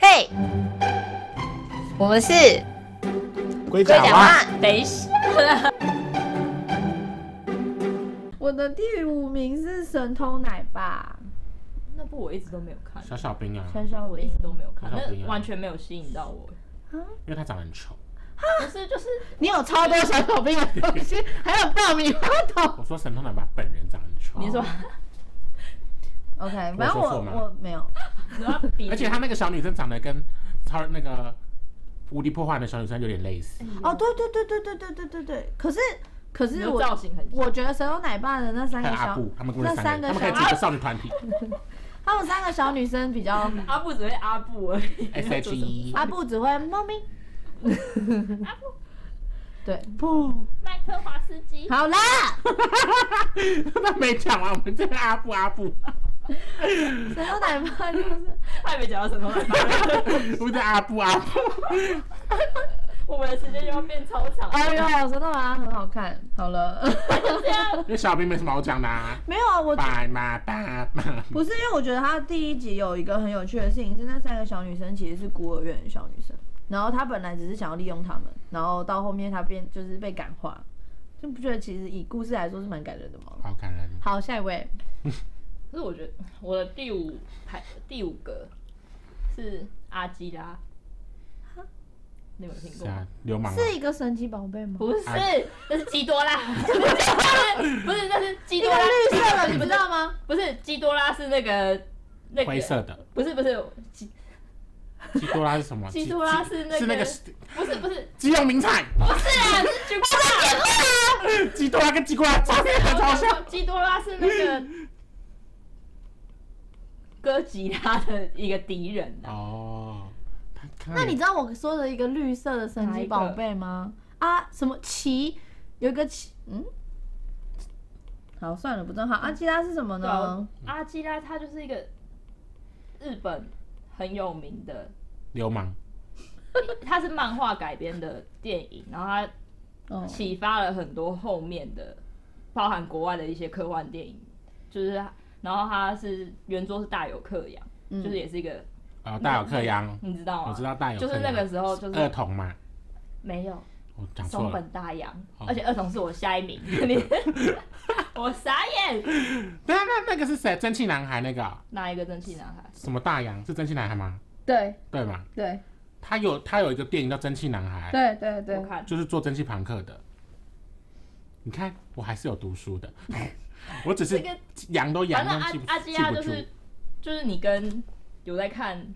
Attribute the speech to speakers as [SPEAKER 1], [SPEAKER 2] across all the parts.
[SPEAKER 1] 对，我们是
[SPEAKER 2] 龟
[SPEAKER 1] 龟
[SPEAKER 2] 甲
[SPEAKER 1] 甲
[SPEAKER 2] 蛙，
[SPEAKER 1] 蛙。
[SPEAKER 3] 等一下，
[SPEAKER 4] 我的第五名是神偷奶爸，
[SPEAKER 3] 那部我一直都没有看，
[SPEAKER 2] 小小兵啊，
[SPEAKER 4] 小小
[SPEAKER 3] 我
[SPEAKER 4] 我
[SPEAKER 3] 一直都没有看，
[SPEAKER 2] 好像不一
[SPEAKER 3] 那
[SPEAKER 2] 样
[SPEAKER 3] 完全没有吸引到我。
[SPEAKER 2] 因为他长得很丑。
[SPEAKER 3] 不是， 就是
[SPEAKER 4] 你有超多小小兵的东西，还有爆米花筒。
[SPEAKER 2] 我说神偷奶爸本人长得很 丑，
[SPEAKER 3] 你说，
[SPEAKER 4] OK，反
[SPEAKER 2] 我
[SPEAKER 4] 正
[SPEAKER 2] 说
[SPEAKER 4] 我
[SPEAKER 2] 错吗
[SPEAKER 4] 我没有，
[SPEAKER 3] 你要比，
[SPEAKER 2] 而且他那个小女生长得跟超那个无敌破坏的小女生有点类似，
[SPEAKER 4] 哦，对对对对对对对对对，可是可
[SPEAKER 3] 你
[SPEAKER 4] 是
[SPEAKER 3] 的
[SPEAKER 4] 我
[SPEAKER 3] 造型很像
[SPEAKER 4] 我觉得神偷奶爸的那三
[SPEAKER 2] 还
[SPEAKER 4] 个
[SPEAKER 2] 有阿
[SPEAKER 4] 小
[SPEAKER 2] 布，他们姑娘
[SPEAKER 4] 那
[SPEAKER 2] 三
[SPEAKER 4] 三
[SPEAKER 2] 个，
[SPEAKER 4] 个
[SPEAKER 2] 他们可以组一个少 女团体
[SPEAKER 4] 他们三个小女生比 较，
[SPEAKER 3] 阿布只会阿布而已。
[SPEAKER 2] S H E。
[SPEAKER 4] 阿布只会猫咪，
[SPEAKER 3] 阿布，
[SPEAKER 4] 对，
[SPEAKER 2] 不，
[SPEAKER 3] 麦克华斯基，
[SPEAKER 4] 好啦，
[SPEAKER 2] 那没讲啊完，我们这个阿布阿 布，
[SPEAKER 4] 神偷奶爸就是
[SPEAKER 3] 他还没讲到神偷 奶爸，
[SPEAKER 2] 我们这阿布阿布，
[SPEAKER 3] 我们的时间又要变超长。
[SPEAKER 4] 哎呦，神偷奶爸很好看，好 了，
[SPEAKER 3] 就这样，
[SPEAKER 2] 因为小兵没什么好讲的、啊。
[SPEAKER 4] 没有啊，我
[SPEAKER 2] 拜妈拜妈，
[SPEAKER 4] 不是因为我觉得他第一集有一个很有趣的事情是那三个小女生其实是孤儿院的小女生，然后他本来只是想要利用她们，然后到后面他变就是被感化，就不觉得其实以故事来说是蛮感人的吗？
[SPEAKER 2] 好感人。
[SPEAKER 4] 好，下一位，
[SPEAKER 3] 可是我觉得我的第五排第五个是阿基拉，你有没有听
[SPEAKER 2] 是
[SPEAKER 3] 过？
[SPEAKER 2] 啊，流氓啊、
[SPEAKER 4] 是一个神奇宝贝吗？
[SPEAKER 3] 不是
[SPEAKER 2] 阿，
[SPEAKER 3] 那是基多 拉，不是，那是基
[SPEAKER 4] 一
[SPEAKER 3] 多
[SPEAKER 4] 个
[SPEAKER 3] 拉，
[SPEAKER 4] 绿色的，你们知道吗？
[SPEAKER 3] 不是基多拉是那个那个
[SPEAKER 2] 灰，色的。
[SPEAKER 3] 不是不是基
[SPEAKER 2] 基多拉是什么？
[SPEAKER 3] 基多拉是那个
[SPEAKER 2] 是那个
[SPEAKER 3] 不是不是
[SPEAKER 2] 基隆名菜，
[SPEAKER 3] 不是 啊，是吉多
[SPEAKER 2] 基多拉跟基瓜长得
[SPEAKER 3] 拉，
[SPEAKER 2] 超
[SPEAKER 3] 我想
[SPEAKER 2] 像
[SPEAKER 3] 说。基多拉是那个哥吉拉的一个敌人啊，
[SPEAKER 2] 哦，他看到
[SPEAKER 4] 那你知道我说的一个绿色的神奇宝贝吗？啊，什么奇？有一个奇，嗯，好，算了，不正好。阿基拉是什么
[SPEAKER 3] 对啊
[SPEAKER 4] 呢？
[SPEAKER 3] 阿基拉他就是一个日本很有名的，
[SPEAKER 2] 流氓
[SPEAKER 3] 他是漫画改编的电影，然后他
[SPEAKER 4] 哦，
[SPEAKER 3] 启发了很多后面的，包含国外的一些科幻电影，就是然后他是原作是大有克洋，
[SPEAKER 4] 嗯
[SPEAKER 3] 就是也是一个
[SPEAKER 2] 啊，大有克洋，
[SPEAKER 3] 你知道吗？
[SPEAKER 2] 我知道大有克
[SPEAKER 3] 就
[SPEAKER 2] 洋
[SPEAKER 3] 是那个时候就是
[SPEAKER 2] 二童嘛，
[SPEAKER 3] 没有
[SPEAKER 2] 我讲错
[SPEAKER 3] 松
[SPEAKER 2] 了。
[SPEAKER 3] 本大洋，
[SPEAKER 2] 好
[SPEAKER 3] 而且二童是我下一名， 你我傻眼，
[SPEAKER 2] 对啊，那那个是谁？蒸汽男孩那个哦
[SPEAKER 3] 哪一个蒸汽男孩？
[SPEAKER 2] 什么大洋是蒸汽男孩吗？
[SPEAKER 4] 对
[SPEAKER 2] 对吗？
[SPEAKER 4] 对
[SPEAKER 2] 他有他有一个电影叫《蒸汽男孩》，
[SPEAKER 4] 对对对
[SPEAKER 3] 我看
[SPEAKER 2] 就是做蒸汽朋克的。你看，我还是有读书的， 我只是
[SPEAKER 3] 这个
[SPEAKER 2] 羊都羊
[SPEAKER 3] 反正
[SPEAKER 2] 都
[SPEAKER 3] 阿
[SPEAKER 2] 记不
[SPEAKER 3] 阿基亚就
[SPEAKER 2] 记不
[SPEAKER 3] 是
[SPEAKER 2] 住
[SPEAKER 3] 就是你跟有在看，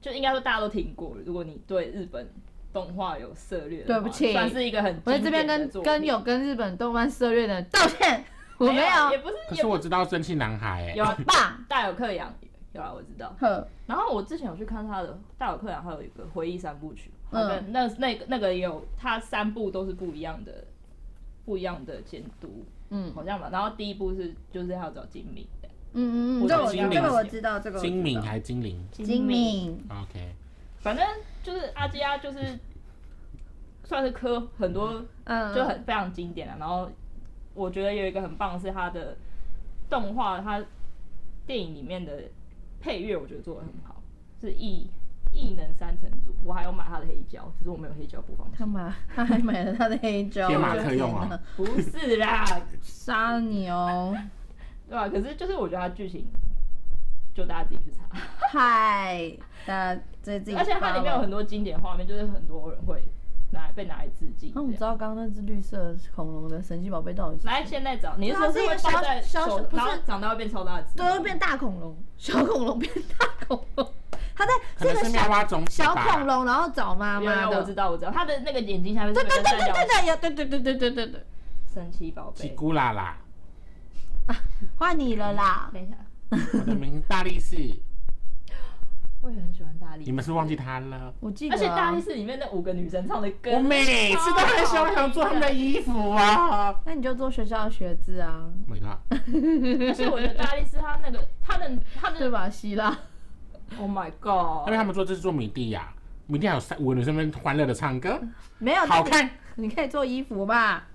[SPEAKER 3] 就应该说大家都听过。如果你对日本动画有涉猎的
[SPEAKER 4] 对
[SPEAKER 3] 话，
[SPEAKER 4] 不起
[SPEAKER 3] 算是一个很
[SPEAKER 4] 我在
[SPEAKER 3] 经
[SPEAKER 4] 这边
[SPEAKER 3] 典的
[SPEAKER 4] 跟
[SPEAKER 3] 作品
[SPEAKER 4] 跟有跟日本动漫涉猎的人道歉，我没
[SPEAKER 3] 啊也
[SPEAKER 4] 有。
[SPEAKER 3] 不是
[SPEAKER 2] 可
[SPEAKER 3] 也
[SPEAKER 2] 是
[SPEAKER 3] 不
[SPEAKER 2] 我知道蒸汽男孩、欸，
[SPEAKER 3] 有啊
[SPEAKER 4] 棒，
[SPEAKER 3] 大有克洋有啊，我知道。
[SPEAKER 4] 呵，
[SPEAKER 3] 然后我之前有去看他的大有克洋，还有一个回忆三部曲，
[SPEAKER 4] 嗯
[SPEAKER 3] 嗯，那那个那个也有，他三部都是不一样的，不一样的监督，
[SPEAKER 4] 嗯
[SPEAKER 3] 好像吧。然后第一部是就是要找金敏的，
[SPEAKER 4] 嗯嗯嗯，
[SPEAKER 3] 我
[SPEAKER 4] 这
[SPEAKER 3] 的
[SPEAKER 4] 我
[SPEAKER 3] 精
[SPEAKER 4] 这
[SPEAKER 3] 明
[SPEAKER 4] 个我知道，这个我知道
[SPEAKER 2] 精明还精灵
[SPEAKER 4] 精，明，
[SPEAKER 2] ，OK，
[SPEAKER 3] 反正就是阿基亚就是算是科很多
[SPEAKER 4] 嗯，
[SPEAKER 3] 就很非常经典了、然后我觉得有一个很棒的是它的动画，它电影里面的配乐我觉得做的很好，是异异能三层组。我还有买它的黑胶，只是我没有黑胶播放器
[SPEAKER 4] 他。买他还买了他的黑胶，
[SPEAKER 2] 天马克用啊，
[SPEAKER 3] 不是啦，
[SPEAKER 4] 杀你哦！
[SPEAKER 3] 对吧、可是就是我觉得它剧情，就大家自己去查。
[SPEAKER 4] 嗨，大家这自己，
[SPEAKER 3] 而且它里面有很
[SPEAKER 4] 多。
[SPEAKER 3] 多经典画面，就是很多人会拿来被拿来致敬
[SPEAKER 4] 那我们知
[SPEAKER 3] 这样。
[SPEAKER 4] 道刚刚那只绿色恐龙的神奇宝贝到底是？
[SPEAKER 3] 来，现在找，你是
[SPEAKER 4] 它
[SPEAKER 3] 说
[SPEAKER 4] 是一
[SPEAKER 3] 会
[SPEAKER 4] 个
[SPEAKER 3] 抱
[SPEAKER 4] 小
[SPEAKER 3] 在
[SPEAKER 4] 小
[SPEAKER 3] 手，
[SPEAKER 4] 不是
[SPEAKER 3] 然后长大会变超大只？
[SPEAKER 4] 对，会变大恐龙，小恐龙变大恐龙，它在
[SPEAKER 2] 可
[SPEAKER 4] 这
[SPEAKER 2] 能
[SPEAKER 4] 个
[SPEAKER 2] 是妙蛙
[SPEAKER 4] 小
[SPEAKER 2] 种子
[SPEAKER 4] 小
[SPEAKER 2] 吧
[SPEAKER 4] 恐，龙，然后找妈
[SPEAKER 3] 有
[SPEAKER 4] 妈
[SPEAKER 3] 有，我
[SPEAKER 4] 的
[SPEAKER 3] 知。道，我知道，他的那个眼睛下面是
[SPEAKER 4] 对
[SPEAKER 3] 不
[SPEAKER 4] 对
[SPEAKER 3] 是
[SPEAKER 4] 对
[SPEAKER 3] 三
[SPEAKER 4] 对
[SPEAKER 3] 角
[SPEAKER 4] 对对，对对对对对对对，
[SPEAKER 3] 神奇宝
[SPEAKER 2] 吉
[SPEAKER 3] 贝。
[SPEAKER 2] 古拉啦，
[SPEAKER 4] 换你了啦！
[SPEAKER 3] 等一下，
[SPEAKER 2] 我的名字大力士，
[SPEAKER 3] 我也很喜欢大力
[SPEAKER 2] 你，们是忘记他了。
[SPEAKER 4] 我记得
[SPEAKER 3] 而
[SPEAKER 4] 啊，
[SPEAKER 3] 且大力士里面那五个女生唱的歌，
[SPEAKER 2] 我每次都很喜欢想做他们的衣服啊。
[SPEAKER 4] 那你就做学校的学制啊，
[SPEAKER 2] Oh my god！
[SPEAKER 3] 而且我觉得大力士他那个他的他
[SPEAKER 4] 对
[SPEAKER 3] 的
[SPEAKER 4] 吧？希腊，
[SPEAKER 3] ，Oh my
[SPEAKER 2] 因为
[SPEAKER 3] God，
[SPEAKER 2] 他们说这是做米蒂呀、米蒂亚有三
[SPEAKER 3] 哦
[SPEAKER 2] 五个女生们欢乐的唱歌，
[SPEAKER 4] 没有
[SPEAKER 2] 好，看。
[SPEAKER 4] 那你你可以做衣服吧？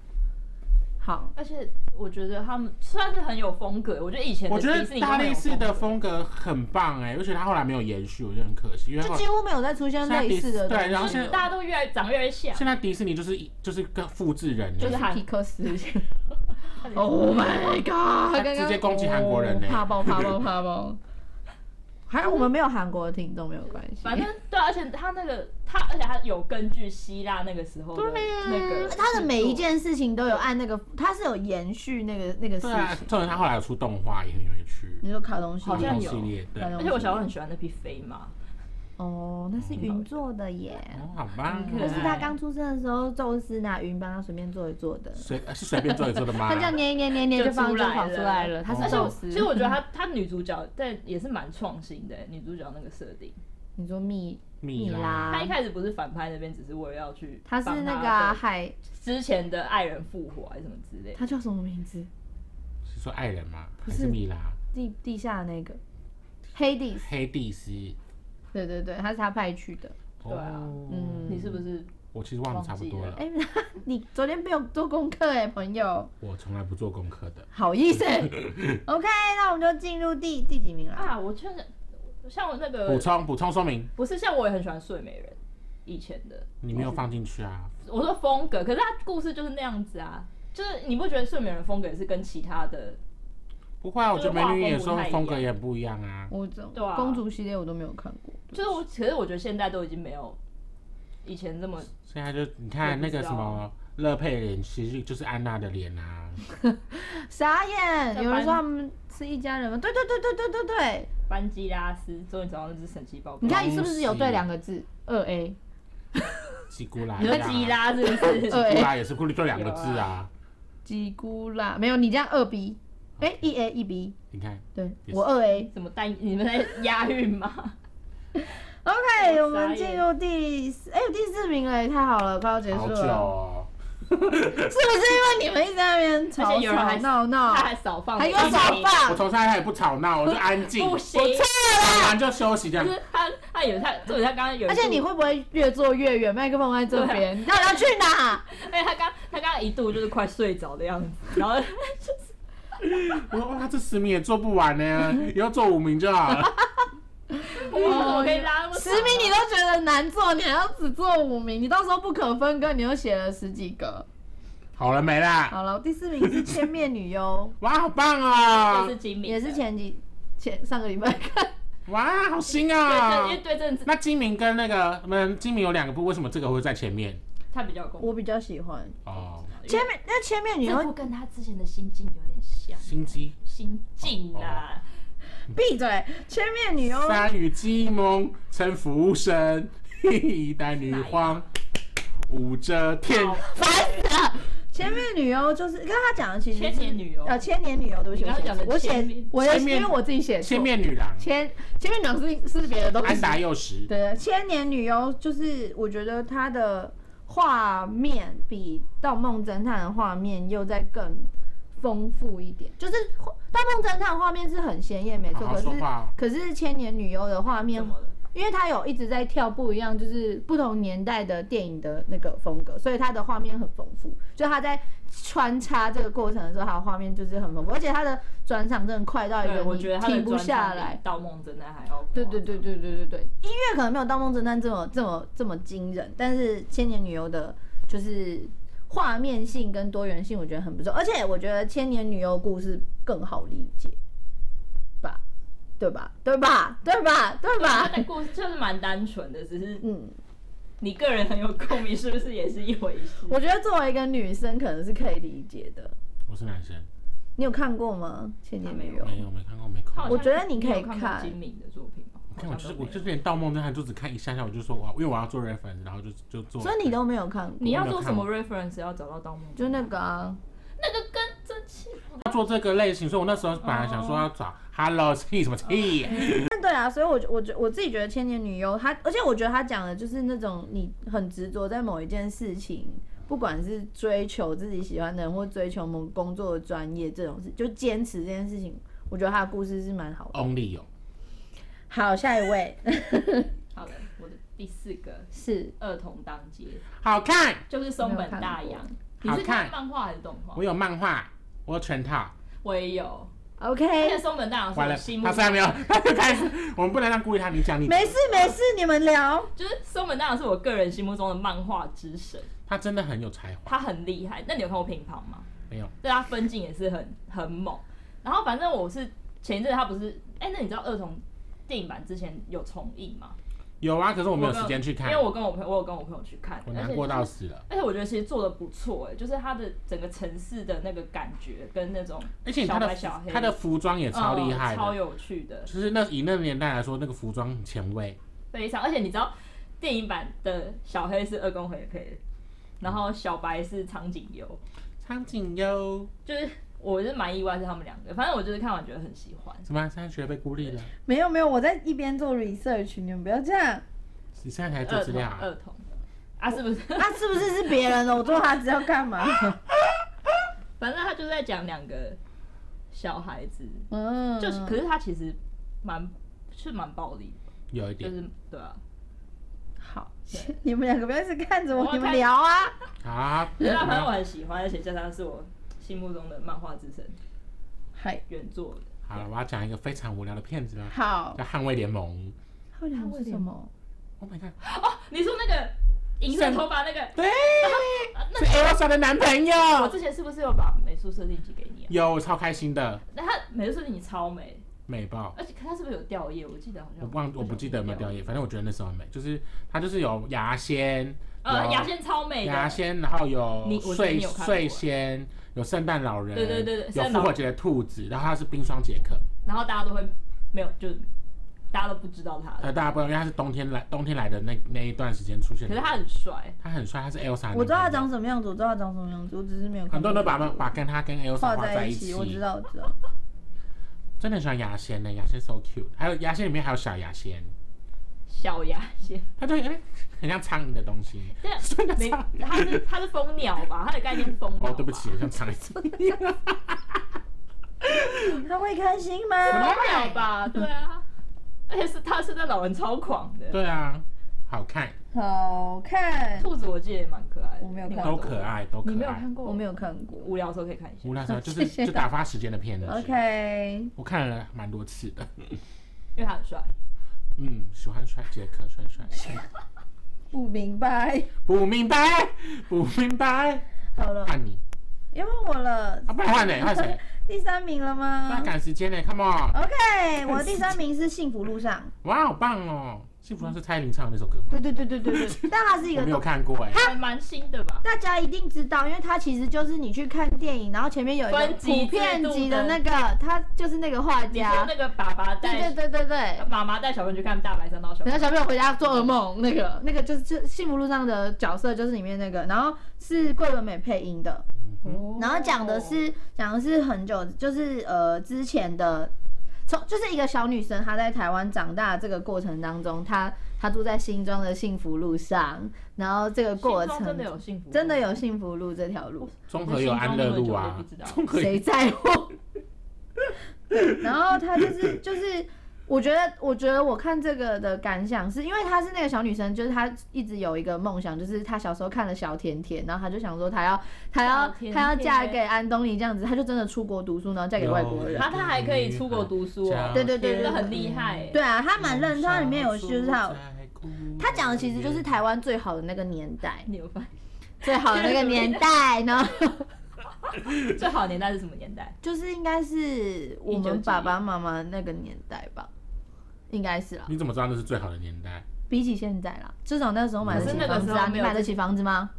[SPEAKER 4] 好，
[SPEAKER 3] 而且我觉得他们算是很有风格，我觉得以前的
[SPEAKER 2] 我觉
[SPEAKER 3] 迪士
[SPEAKER 2] 得
[SPEAKER 3] 尼
[SPEAKER 2] 大
[SPEAKER 3] 都很
[SPEAKER 2] 力
[SPEAKER 3] 有
[SPEAKER 2] 士的
[SPEAKER 3] 格
[SPEAKER 2] 风格很棒哎、而且他后来没有延续，我觉得很可惜，因为后
[SPEAKER 4] 就
[SPEAKER 2] 来
[SPEAKER 4] 几乎没有再出现类似的东
[SPEAKER 2] 现在迪士
[SPEAKER 4] 西。
[SPEAKER 2] 对然后现在
[SPEAKER 3] 大家都越来长越来越像，
[SPEAKER 2] 现在迪士尼就是一就是跟复制人了，
[SPEAKER 3] 就
[SPEAKER 4] 皮
[SPEAKER 3] 是韩
[SPEAKER 4] 克 斯，Oh my god！刚刚
[SPEAKER 2] 直接攻击韩国人欸呢
[SPEAKER 4] 哦怕爆怕爆怕爆！ 还有我们没有韩国的听众没有关系，
[SPEAKER 3] 反正对啊，而且他那个他，而且他有根据希腊那个时候的
[SPEAKER 2] 啊
[SPEAKER 3] 那个制作，
[SPEAKER 4] 他的每一件事情都有按那个，他是有延续那个那个事
[SPEAKER 2] 对啊，
[SPEAKER 4] 情。
[SPEAKER 2] 重点他后来有出动画也很有趣，
[SPEAKER 4] 你说卡东西
[SPEAKER 3] 嗯好像
[SPEAKER 2] 卡通
[SPEAKER 3] 有
[SPEAKER 2] 系列对，
[SPEAKER 4] 好像
[SPEAKER 3] 而且我小时候很喜欢那匹飞马，
[SPEAKER 4] 哦，那是云做的耶。
[SPEAKER 2] 哦，好棒
[SPEAKER 3] 很可
[SPEAKER 4] 可
[SPEAKER 2] 哦，
[SPEAKER 4] 是他刚出生的时候，宙斯拿云帮他随便做一做的，
[SPEAKER 2] 随呃是随便做一做的 吗
[SPEAKER 4] 他这？样捏一捏捏一捏
[SPEAKER 3] 就
[SPEAKER 4] 就放
[SPEAKER 3] 出
[SPEAKER 4] 就
[SPEAKER 3] 来
[SPEAKER 4] 跑出来
[SPEAKER 3] 了
[SPEAKER 4] 了，他
[SPEAKER 2] 哦
[SPEAKER 4] 是
[SPEAKER 3] 而且
[SPEAKER 4] 宙
[SPEAKER 3] 我
[SPEAKER 4] 斯。
[SPEAKER 3] 其实我觉得他他女主角但也是蛮创新的，女主角那个设定，
[SPEAKER 4] 你说蜜
[SPEAKER 2] 蜜拉
[SPEAKER 4] 拉
[SPEAKER 3] 她一，开始不是反派那边，只是为了要去
[SPEAKER 4] 啊他是
[SPEAKER 3] 帮
[SPEAKER 4] 那个啊
[SPEAKER 3] 她的
[SPEAKER 4] 海，
[SPEAKER 3] 之前的爱人复活还是什么之类的，
[SPEAKER 4] 他叫什么名字？
[SPEAKER 2] 是说爱人吗？还
[SPEAKER 4] 是
[SPEAKER 2] 是蜜拉？
[SPEAKER 4] 地地下的那个 Hades，
[SPEAKER 2] 黑蒂斯？
[SPEAKER 4] 对对对，他是他派去的。
[SPEAKER 3] 对啊
[SPEAKER 2] 哦
[SPEAKER 4] 嗯
[SPEAKER 3] 你是不是
[SPEAKER 2] 我其实忘得差不多了
[SPEAKER 4] 哎、，你昨天没有做功课哎、朋友，
[SPEAKER 2] 我从来不做功课的。
[SPEAKER 4] 好意思。OK，那我们就进入第第几名了？
[SPEAKER 3] 啊？我确实像我那
[SPEAKER 2] 补
[SPEAKER 3] 个
[SPEAKER 2] 充补充说明，
[SPEAKER 3] 不是像我也很喜欢睡美人，以前的
[SPEAKER 2] 你没有放进去啊？
[SPEAKER 3] 我说风格，可是他故事就是那样子啊，就是你不觉得睡美人风格也是跟其他的
[SPEAKER 2] 不会啊，我觉得
[SPEAKER 3] 就是画风
[SPEAKER 2] 美女野
[SPEAKER 3] 不
[SPEAKER 2] 兽
[SPEAKER 3] 太一
[SPEAKER 2] 风格
[SPEAKER 3] 样
[SPEAKER 2] 也不一样啊。
[SPEAKER 4] 我这
[SPEAKER 3] 对啊
[SPEAKER 4] 公主系列我都没有看过，
[SPEAKER 3] 就是我，可是我觉得现在都已经没有以前这么
[SPEAKER 2] 现在就你
[SPEAKER 3] 我
[SPEAKER 2] 看
[SPEAKER 3] 不
[SPEAKER 2] 那个
[SPEAKER 3] 知
[SPEAKER 2] 什
[SPEAKER 3] 道
[SPEAKER 2] 么乐佩脸，其实就是安娜的脸啊。
[SPEAKER 4] 傻眼。
[SPEAKER 3] 在
[SPEAKER 4] 有人说
[SPEAKER 3] 班
[SPEAKER 4] 他们是一家人吗？对对对对对对对，
[SPEAKER 3] 班基拉斯，终于找到那只神奇宝贝
[SPEAKER 4] 你。看
[SPEAKER 2] 恭
[SPEAKER 4] 是不是有对
[SPEAKER 2] 喜
[SPEAKER 4] 两个字？二 A，
[SPEAKER 2] 吉古拉，
[SPEAKER 3] 你说基，拉是不是？
[SPEAKER 4] 二 A，
[SPEAKER 2] 古拉也是咕噜就两个字
[SPEAKER 3] 有
[SPEAKER 2] 啊。
[SPEAKER 4] 吉古拉没有，你这样二 B，哎、一 A 一 B，
[SPEAKER 2] 你看，
[SPEAKER 4] 对
[SPEAKER 2] 也
[SPEAKER 4] 我二 A。
[SPEAKER 3] 什么单？你们在押韵吗？
[SPEAKER 4] OK，我
[SPEAKER 3] 傻
[SPEAKER 4] 们
[SPEAKER 3] 眼
[SPEAKER 4] 进入第四，哎、第四名了，太好了，快要结束
[SPEAKER 2] 好久
[SPEAKER 4] 了。
[SPEAKER 2] 哦，
[SPEAKER 4] 是不是因为你们一直在那边
[SPEAKER 3] 而
[SPEAKER 4] 吵
[SPEAKER 3] 且有人
[SPEAKER 4] 吵
[SPEAKER 3] 还
[SPEAKER 4] 闹闹
[SPEAKER 3] 他，还少放，
[SPEAKER 4] 哦还给我少，
[SPEAKER 2] 我
[SPEAKER 4] 放？
[SPEAKER 2] 从现在开始不吵闹，我就安静，
[SPEAKER 3] 啊不
[SPEAKER 2] 我
[SPEAKER 3] 行。
[SPEAKER 2] 吵完就休息这 样
[SPEAKER 3] 就。是他，他有他，就是他刚刚有一度，
[SPEAKER 4] 而且你会不会越坐越远？麦克风在这边，你到底要去哪？
[SPEAKER 3] 哎，他刚他刚刚一度就是快睡着的样子，然后
[SPEAKER 2] 我说哇，这十名也做不完呢，以后做五名就好了。
[SPEAKER 3] 我可以拉那么
[SPEAKER 4] 十
[SPEAKER 3] 长
[SPEAKER 4] 名你都觉得难做，你还要只做五名，你到时候不可分割，你又写了十几个。
[SPEAKER 2] 好了没啦？
[SPEAKER 4] 好了，第四名是《千面女优
[SPEAKER 2] 哇，好棒啊
[SPEAKER 3] 这是！精》，明，
[SPEAKER 4] 也是前几前上个礼拜看，
[SPEAKER 2] 哇，好新
[SPEAKER 3] 对
[SPEAKER 2] 啊
[SPEAKER 3] 正，因！为对正
[SPEAKER 2] 那金明跟那个，我们金明有两个部，为什么这个会在前面？
[SPEAKER 3] 他比较公平
[SPEAKER 4] 我比较喜欢
[SPEAKER 2] 哦，
[SPEAKER 4] 《千面》。那《千面女优
[SPEAKER 3] 这》部跟他之前的心境有点像，
[SPEAKER 2] 心机、
[SPEAKER 3] 心境啊，
[SPEAKER 4] 闭嘴，《千面女优》
[SPEAKER 2] 三与鸡蒙臣服务生，一代女 皇武则天。
[SPEAKER 4] 烦死了。前面女优就是跟他讲的，其实是
[SPEAKER 3] 千年女优
[SPEAKER 4] 呃，千年女优，对不起，
[SPEAKER 3] 你刚刚讲的
[SPEAKER 4] 我写
[SPEAKER 3] 千面
[SPEAKER 4] 我写，
[SPEAKER 2] 千
[SPEAKER 4] 因
[SPEAKER 2] 面
[SPEAKER 4] 为我自己写错
[SPEAKER 2] 千面女郎，
[SPEAKER 4] 千千面讲是是别的东
[SPEAKER 2] 安
[SPEAKER 4] 西，
[SPEAKER 2] 达幼时，
[SPEAKER 4] 对对，千年女优就是我觉得她的画面比《盗梦侦探》的画面又再更丰富一点，就是《盗梦侦探》画面是很鲜艳，没错，
[SPEAKER 2] 好好
[SPEAKER 4] 可是
[SPEAKER 2] 说话哦
[SPEAKER 4] 可是千年女优的画
[SPEAKER 2] 哦
[SPEAKER 4] 面
[SPEAKER 3] 怎么了？
[SPEAKER 4] 因为它有一直在跳不一样，就是不同年代的电影的那个风格，所以它的画面很丰富。就它在穿插这个过程的时候，它的画面就是很丰富，而且它的转场真的快到一
[SPEAKER 3] 对，
[SPEAKER 4] 个
[SPEAKER 3] 我
[SPEAKER 4] 你
[SPEAKER 3] 觉得他的
[SPEAKER 4] 停不
[SPEAKER 3] 专
[SPEAKER 4] 下
[SPEAKER 3] 场比
[SPEAKER 4] 来
[SPEAKER 3] 《盗梦侦探》还要
[SPEAKER 4] 对对对对对对对，音乐可能没有《盗梦侦探》这么这么这么惊人，但是《千年女优》的就是画面性跟多元性，我觉得很不错。而且我觉得《千年女优》故事更好理解，吧？对吧？对吧？对吧？对
[SPEAKER 3] 他
[SPEAKER 4] 吧？
[SPEAKER 3] 的故事就是蛮单纯的，只是
[SPEAKER 4] 嗯，
[SPEAKER 3] 你个人很有共鸣，是不是也是一回事？
[SPEAKER 4] 我觉得作为一个女生，可能是可以理解的。
[SPEAKER 2] 我是男生，
[SPEAKER 4] 你有看过吗？《千年女优》
[SPEAKER 2] 没有没看过，没
[SPEAKER 3] 他好
[SPEAKER 2] 看
[SPEAKER 3] 像
[SPEAKER 2] 过。
[SPEAKER 4] 我觉得你可以
[SPEAKER 3] 你有看过
[SPEAKER 4] 看
[SPEAKER 3] 金敏的作品吗？
[SPEAKER 2] 看我就是
[SPEAKER 3] 好像都
[SPEAKER 2] 我
[SPEAKER 3] 没有
[SPEAKER 2] 就是连《盗梦侦探》就只看一下下，我就说哇，因为我要做 reference，然后就就做。
[SPEAKER 4] 所以你都没有看过
[SPEAKER 3] 你，要做什么 reference 要找到《盗梦》？
[SPEAKER 4] 就那个啊，
[SPEAKER 3] 那个跟蒸汽
[SPEAKER 2] 要做这个类型，所以我那时候本来想说要找 Hello T 什么 T，
[SPEAKER 4] 但对啊，所以我觉我觉我自己觉得《千年女优》她，而且我觉得她讲的就是那种你很执着在某一件事情，不管是追求自己喜欢的人，或追求某个工作的专业这种事，就坚持这件事情。我觉得她的故事是蛮好的。
[SPEAKER 2] Only 有
[SPEAKER 4] 好，下一位
[SPEAKER 3] 好了，我的第四个
[SPEAKER 4] 是
[SPEAKER 3] 《儿童当街
[SPEAKER 2] 好看，》
[SPEAKER 3] 就是松本大洋，你
[SPEAKER 2] 好
[SPEAKER 3] 是看
[SPEAKER 2] 看。
[SPEAKER 3] 漫画还是动画
[SPEAKER 2] 我？有漫画，我有全套。
[SPEAKER 3] 我也有，而且
[SPEAKER 4] OK，
[SPEAKER 3] 松本大
[SPEAKER 2] 完
[SPEAKER 3] 洋
[SPEAKER 2] 了，
[SPEAKER 3] 是心目
[SPEAKER 2] 他虽然 没有，他就开始，我们不能让故意他你讲你。
[SPEAKER 4] 没事没事，你们聊。
[SPEAKER 3] 就是松本大洋是我个人心目中的漫画之神，
[SPEAKER 2] 他真的很有才华，
[SPEAKER 3] 他很厉害。那你有看过乒乓吗？
[SPEAKER 2] 没有
[SPEAKER 3] 对他分镜也是很很猛。然后反正我是前一阵子他不是，哎、那你知道二童电影版之前有重映吗？
[SPEAKER 2] 有啊，可是我没有
[SPEAKER 3] 跟
[SPEAKER 2] 时间去看
[SPEAKER 3] 因为，我跟我朋友，我有跟我朋友去看，
[SPEAKER 2] 我
[SPEAKER 3] 而
[SPEAKER 2] 难
[SPEAKER 3] 且
[SPEAKER 2] 过
[SPEAKER 3] 就是
[SPEAKER 2] 到死了。
[SPEAKER 3] 而且我觉得其实做的不错哎、就是它的整个城市的那个感觉跟那种
[SPEAKER 2] 而且
[SPEAKER 3] 小
[SPEAKER 2] 他
[SPEAKER 3] 白
[SPEAKER 2] 的
[SPEAKER 3] 小黑，
[SPEAKER 2] 他的服装也超厉害
[SPEAKER 3] 嗯超
[SPEAKER 2] 的，
[SPEAKER 3] 有趣的，
[SPEAKER 2] 就是那以那个年代来说，那个服装很前卫。
[SPEAKER 3] 非常。而且你知道，电影版的小黑是二宫和也配的，然后小白是苍井优，
[SPEAKER 2] 苍井优
[SPEAKER 3] 就是我是蛮意外是他们两个，反正我就是看完觉得很喜欢。
[SPEAKER 2] 怎么啊样现在觉得被孤立了？
[SPEAKER 4] 没有没有，我在一边做 research，你们不要这样。
[SPEAKER 2] 你现在才做
[SPEAKER 3] 二
[SPEAKER 2] 资
[SPEAKER 3] 童
[SPEAKER 2] 料啊？
[SPEAKER 3] 二童啊，是不是？
[SPEAKER 4] 那、是不是是别人的？我做他知道干嘛？
[SPEAKER 3] 反正他就在讲两个小孩子，
[SPEAKER 4] 嗯，
[SPEAKER 3] 就是可是他其实蛮是蛮暴力
[SPEAKER 2] 有一
[SPEAKER 3] 的，就
[SPEAKER 2] 点
[SPEAKER 3] 是对啊。
[SPEAKER 4] 好， 你们两个不要一直看着
[SPEAKER 3] 我
[SPEAKER 4] 我，
[SPEAKER 3] 要
[SPEAKER 4] 你们
[SPEAKER 3] 看
[SPEAKER 4] 聊啊。
[SPEAKER 2] 好，
[SPEAKER 3] 对啊，反正我很喜欢，而且加上是我心目中的漫画之神
[SPEAKER 4] 嗨，
[SPEAKER 3] 原作的。
[SPEAKER 2] 好了，我要讲一个非常无聊的片子了，
[SPEAKER 4] 好
[SPEAKER 2] 叫，《捍卫联盟
[SPEAKER 4] 后面是什么？》。
[SPEAKER 2] Oh my god！
[SPEAKER 3] 你说那个银色头发那个，
[SPEAKER 2] 对，
[SPEAKER 3] 啊那
[SPEAKER 2] 是 Elsa 的男朋
[SPEAKER 3] 我
[SPEAKER 2] 友。
[SPEAKER 3] 之前是不是有把美术设定集给你啊？
[SPEAKER 2] 有，我超开心的，
[SPEAKER 3] 那他美术设定集超美，
[SPEAKER 2] 美爆！
[SPEAKER 3] 而且他是不是有掉页？我记得好像
[SPEAKER 2] 我忘我不记得有没有掉
[SPEAKER 3] 页。
[SPEAKER 2] 眼，反正我觉得那时候很美，就是它就是有牙仙，
[SPEAKER 3] 呃，
[SPEAKER 2] 有啊
[SPEAKER 3] 牙仙超美
[SPEAKER 2] 牙
[SPEAKER 3] 的，
[SPEAKER 2] 仙，然后
[SPEAKER 3] 你
[SPEAKER 2] 有
[SPEAKER 3] 我觉得
[SPEAKER 2] 睡
[SPEAKER 3] 你有看过
[SPEAKER 2] 睡仙，有圣诞老人，
[SPEAKER 3] 对对对对圣
[SPEAKER 2] 有
[SPEAKER 3] 诞
[SPEAKER 2] 复
[SPEAKER 3] 老
[SPEAKER 2] 活节的兔子，然后它是冰霜杰克，
[SPEAKER 3] 然后大家都会没有，就大家都不知道他
[SPEAKER 2] 呃，
[SPEAKER 3] 了。
[SPEAKER 2] 大家不知道，因为它是冬天来冬天来的那那一段时间出现
[SPEAKER 3] 可
[SPEAKER 2] 的
[SPEAKER 3] 是，他很帅，
[SPEAKER 2] 他很帅，他是 Elsa，的
[SPEAKER 4] 我知道他
[SPEAKER 2] 男朋友
[SPEAKER 4] 长什么样子，我知道他长什么样子，我只是没有看过。
[SPEAKER 2] 很多人都把把跟他跟 Elsa
[SPEAKER 4] 画
[SPEAKER 2] 画
[SPEAKER 4] 在
[SPEAKER 2] 一
[SPEAKER 4] 起，
[SPEAKER 2] 起，
[SPEAKER 4] 我知道，我知道。
[SPEAKER 2] 真的很喜欢牙仙呢，牙仙 so cute，还有牙仙里面还有小牙仙，
[SPEAKER 3] 小牙仙。
[SPEAKER 2] 它就有点很像苍蝇的东西，
[SPEAKER 3] 但
[SPEAKER 2] 真的
[SPEAKER 3] 没，
[SPEAKER 2] 苍蝇。
[SPEAKER 3] 他是他是蜂鸟吧？他的概念是蜂鸟。
[SPEAKER 2] 哦，对不，起，我像苍蝇。
[SPEAKER 4] 他会开心吗？
[SPEAKER 3] 蜂鸟 吧？对啊，而且是他是在老人超狂的。
[SPEAKER 2] 对啊，好看，
[SPEAKER 4] 好看，
[SPEAKER 3] 兔子我记得也蛮可爱的，
[SPEAKER 4] 我没有
[SPEAKER 3] 你
[SPEAKER 4] 看
[SPEAKER 2] 都
[SPEAKER 4] 过
[SPEAKER 2] 可。爱，都
[SPEAKER 3] 你
[SPEAKER 2] 可
[SPEAKER 3] 没有
[SPEAKER 2] 爱。
[SPEAKER 3] 看过？
[SPEAKER 4] 我没有看过。
[SPEAKER 3] 无聊的时候可以看一下。
[SPEAKER 2] 无聊的 时候就
[SPEAKER 4] 谢谢
[SPEAKER 2] 是就打发时间的片子。
[SPEAKER 4] OK，
[SPEAKER 2] 我看了蛮多次的。
[SPEAKER 3] 因为他很帅。
[SPEAKER 2] 嗯，喜欢帅杰克，帅帅。
[SPEAKER 4] 不明白。
[SPEAKER 2] 不明白，不明白。
[SPEAKER 4] 好了，
[SPEAKER 2] 换你，
[SPEAKER 4] 要问我了，
[SPEAKER 2] 啊，不然换谁？换谁？
[SPEAKER 4] 第三名了
[SPEAKER 2] 那
[SPEAKER 4] 吗
[SPEAKER 2] 赶时间呢？Come on！
[SPEAKER 4] ？OK，我的第三名是《幸福路 上
[SPEAKER 2] 哇，好棒哦！幸福上是蔡依林唱的那首歌吗》。？
[SPEAKER 4] 对对对对对对，但它是一
[SPEAKER 2] 我
[SPEAKER 4] 个
[SPEAKER 2] 没有看过哎。
[SPEAKER 3] 还蛮新的吧？
[SPEAKER 4] 大家一定知道，因为它其实就是你去看电影，然后前面有一个
[SPEAKER 3] 分级
[SPEAKER 4] 普遍级的那个，他就是那个画
[SPEAKER 3] 你说
[SPEAKER 4] 家。
[SPEAKER 3] 那个爸爸
[SPEAKER 4] 啊对
[SPEAKER 3] 带
[SPEAKER 4] 对对对对。
[SPEAKER 3] 妈妈带小朋友去看《大白山刀小朋
[SPEAKER 4] 然后》，
[SPEAKER 3] 友
[SPEAKER 4] 小朋友回家做噩梦，那个那个就是《幸福路上的角色》，就是里面那个，然后是桂纶镁配音的，
[SPEAKER 3] 哦
[SPEAKER 4] 然后讲的是讲的是很久，就是呃之前的，从就是一个小女生她在台湾长大这个过程当中，她她住在新庄的幸福路上，然后这个过
[SPEAKER 3] 心中
[SPEAKER 4] 程
[SPEAKER 3] 真的有幸福，
[SPEAKER 4] 真的有幸福路这条路，
[SPEAKER 2] 综合有安乐路啊
[SPEAKER 3] 我在心中那么久也不知，道
[SPEAKER 2] 综合有
[SPEAKER 4] 谁在乎？对然后她就是就是，我觉得我觉得我看这个的感想是，因为她是那个小女生，就是她一直有一个梦想，就是她小时候看了小甜甜，然后她就想说她要她要
[SPEAKER 3] 小甜甜
[SPEAKER 4] 她要嫁给安东尼这样子，她就真的出国读书，然后嫁给外国人
[SPEAKER 3] 然。后他还可以出国读书哦，
[SPEAKER 4] 对对对对对
[SPEAKER 3] 真的很厉害耶。
[SPEAKER 4] 对啊，她蛮认，她里面有就是啊她有。她讲的其实就是台湾最好的那个年代，
[SPEAKER 3] 你有发
[SPEAKER 4] 最好的那个年代呢，
[SPEAKER 3] 现最好的年代是什么年代？
[SPEAKER 4] 就是应该是我们
[SPEAKER 3] 1991
[SPEAKER 4] 爸爸妈妈那个年代吧，应该是啦。
[SPEAKER 2] 你怎么知道那是最好的年 代？
[SPEAKER 4] 比起现在啦，至少那时候买得
[SPEAKER 3] 可
[SPEAKER 4] 起
[SPEAKER 3] 是那个
[SPEAKER 4] 房子
[SPEAKER 3] 时
[SPEAKER 4] 啊，
[SPEAKER 3] 候
[SPEAKER 4] 你
[SPEAKER 3] 没有
[SPEAKER 4] 买得起房子吗？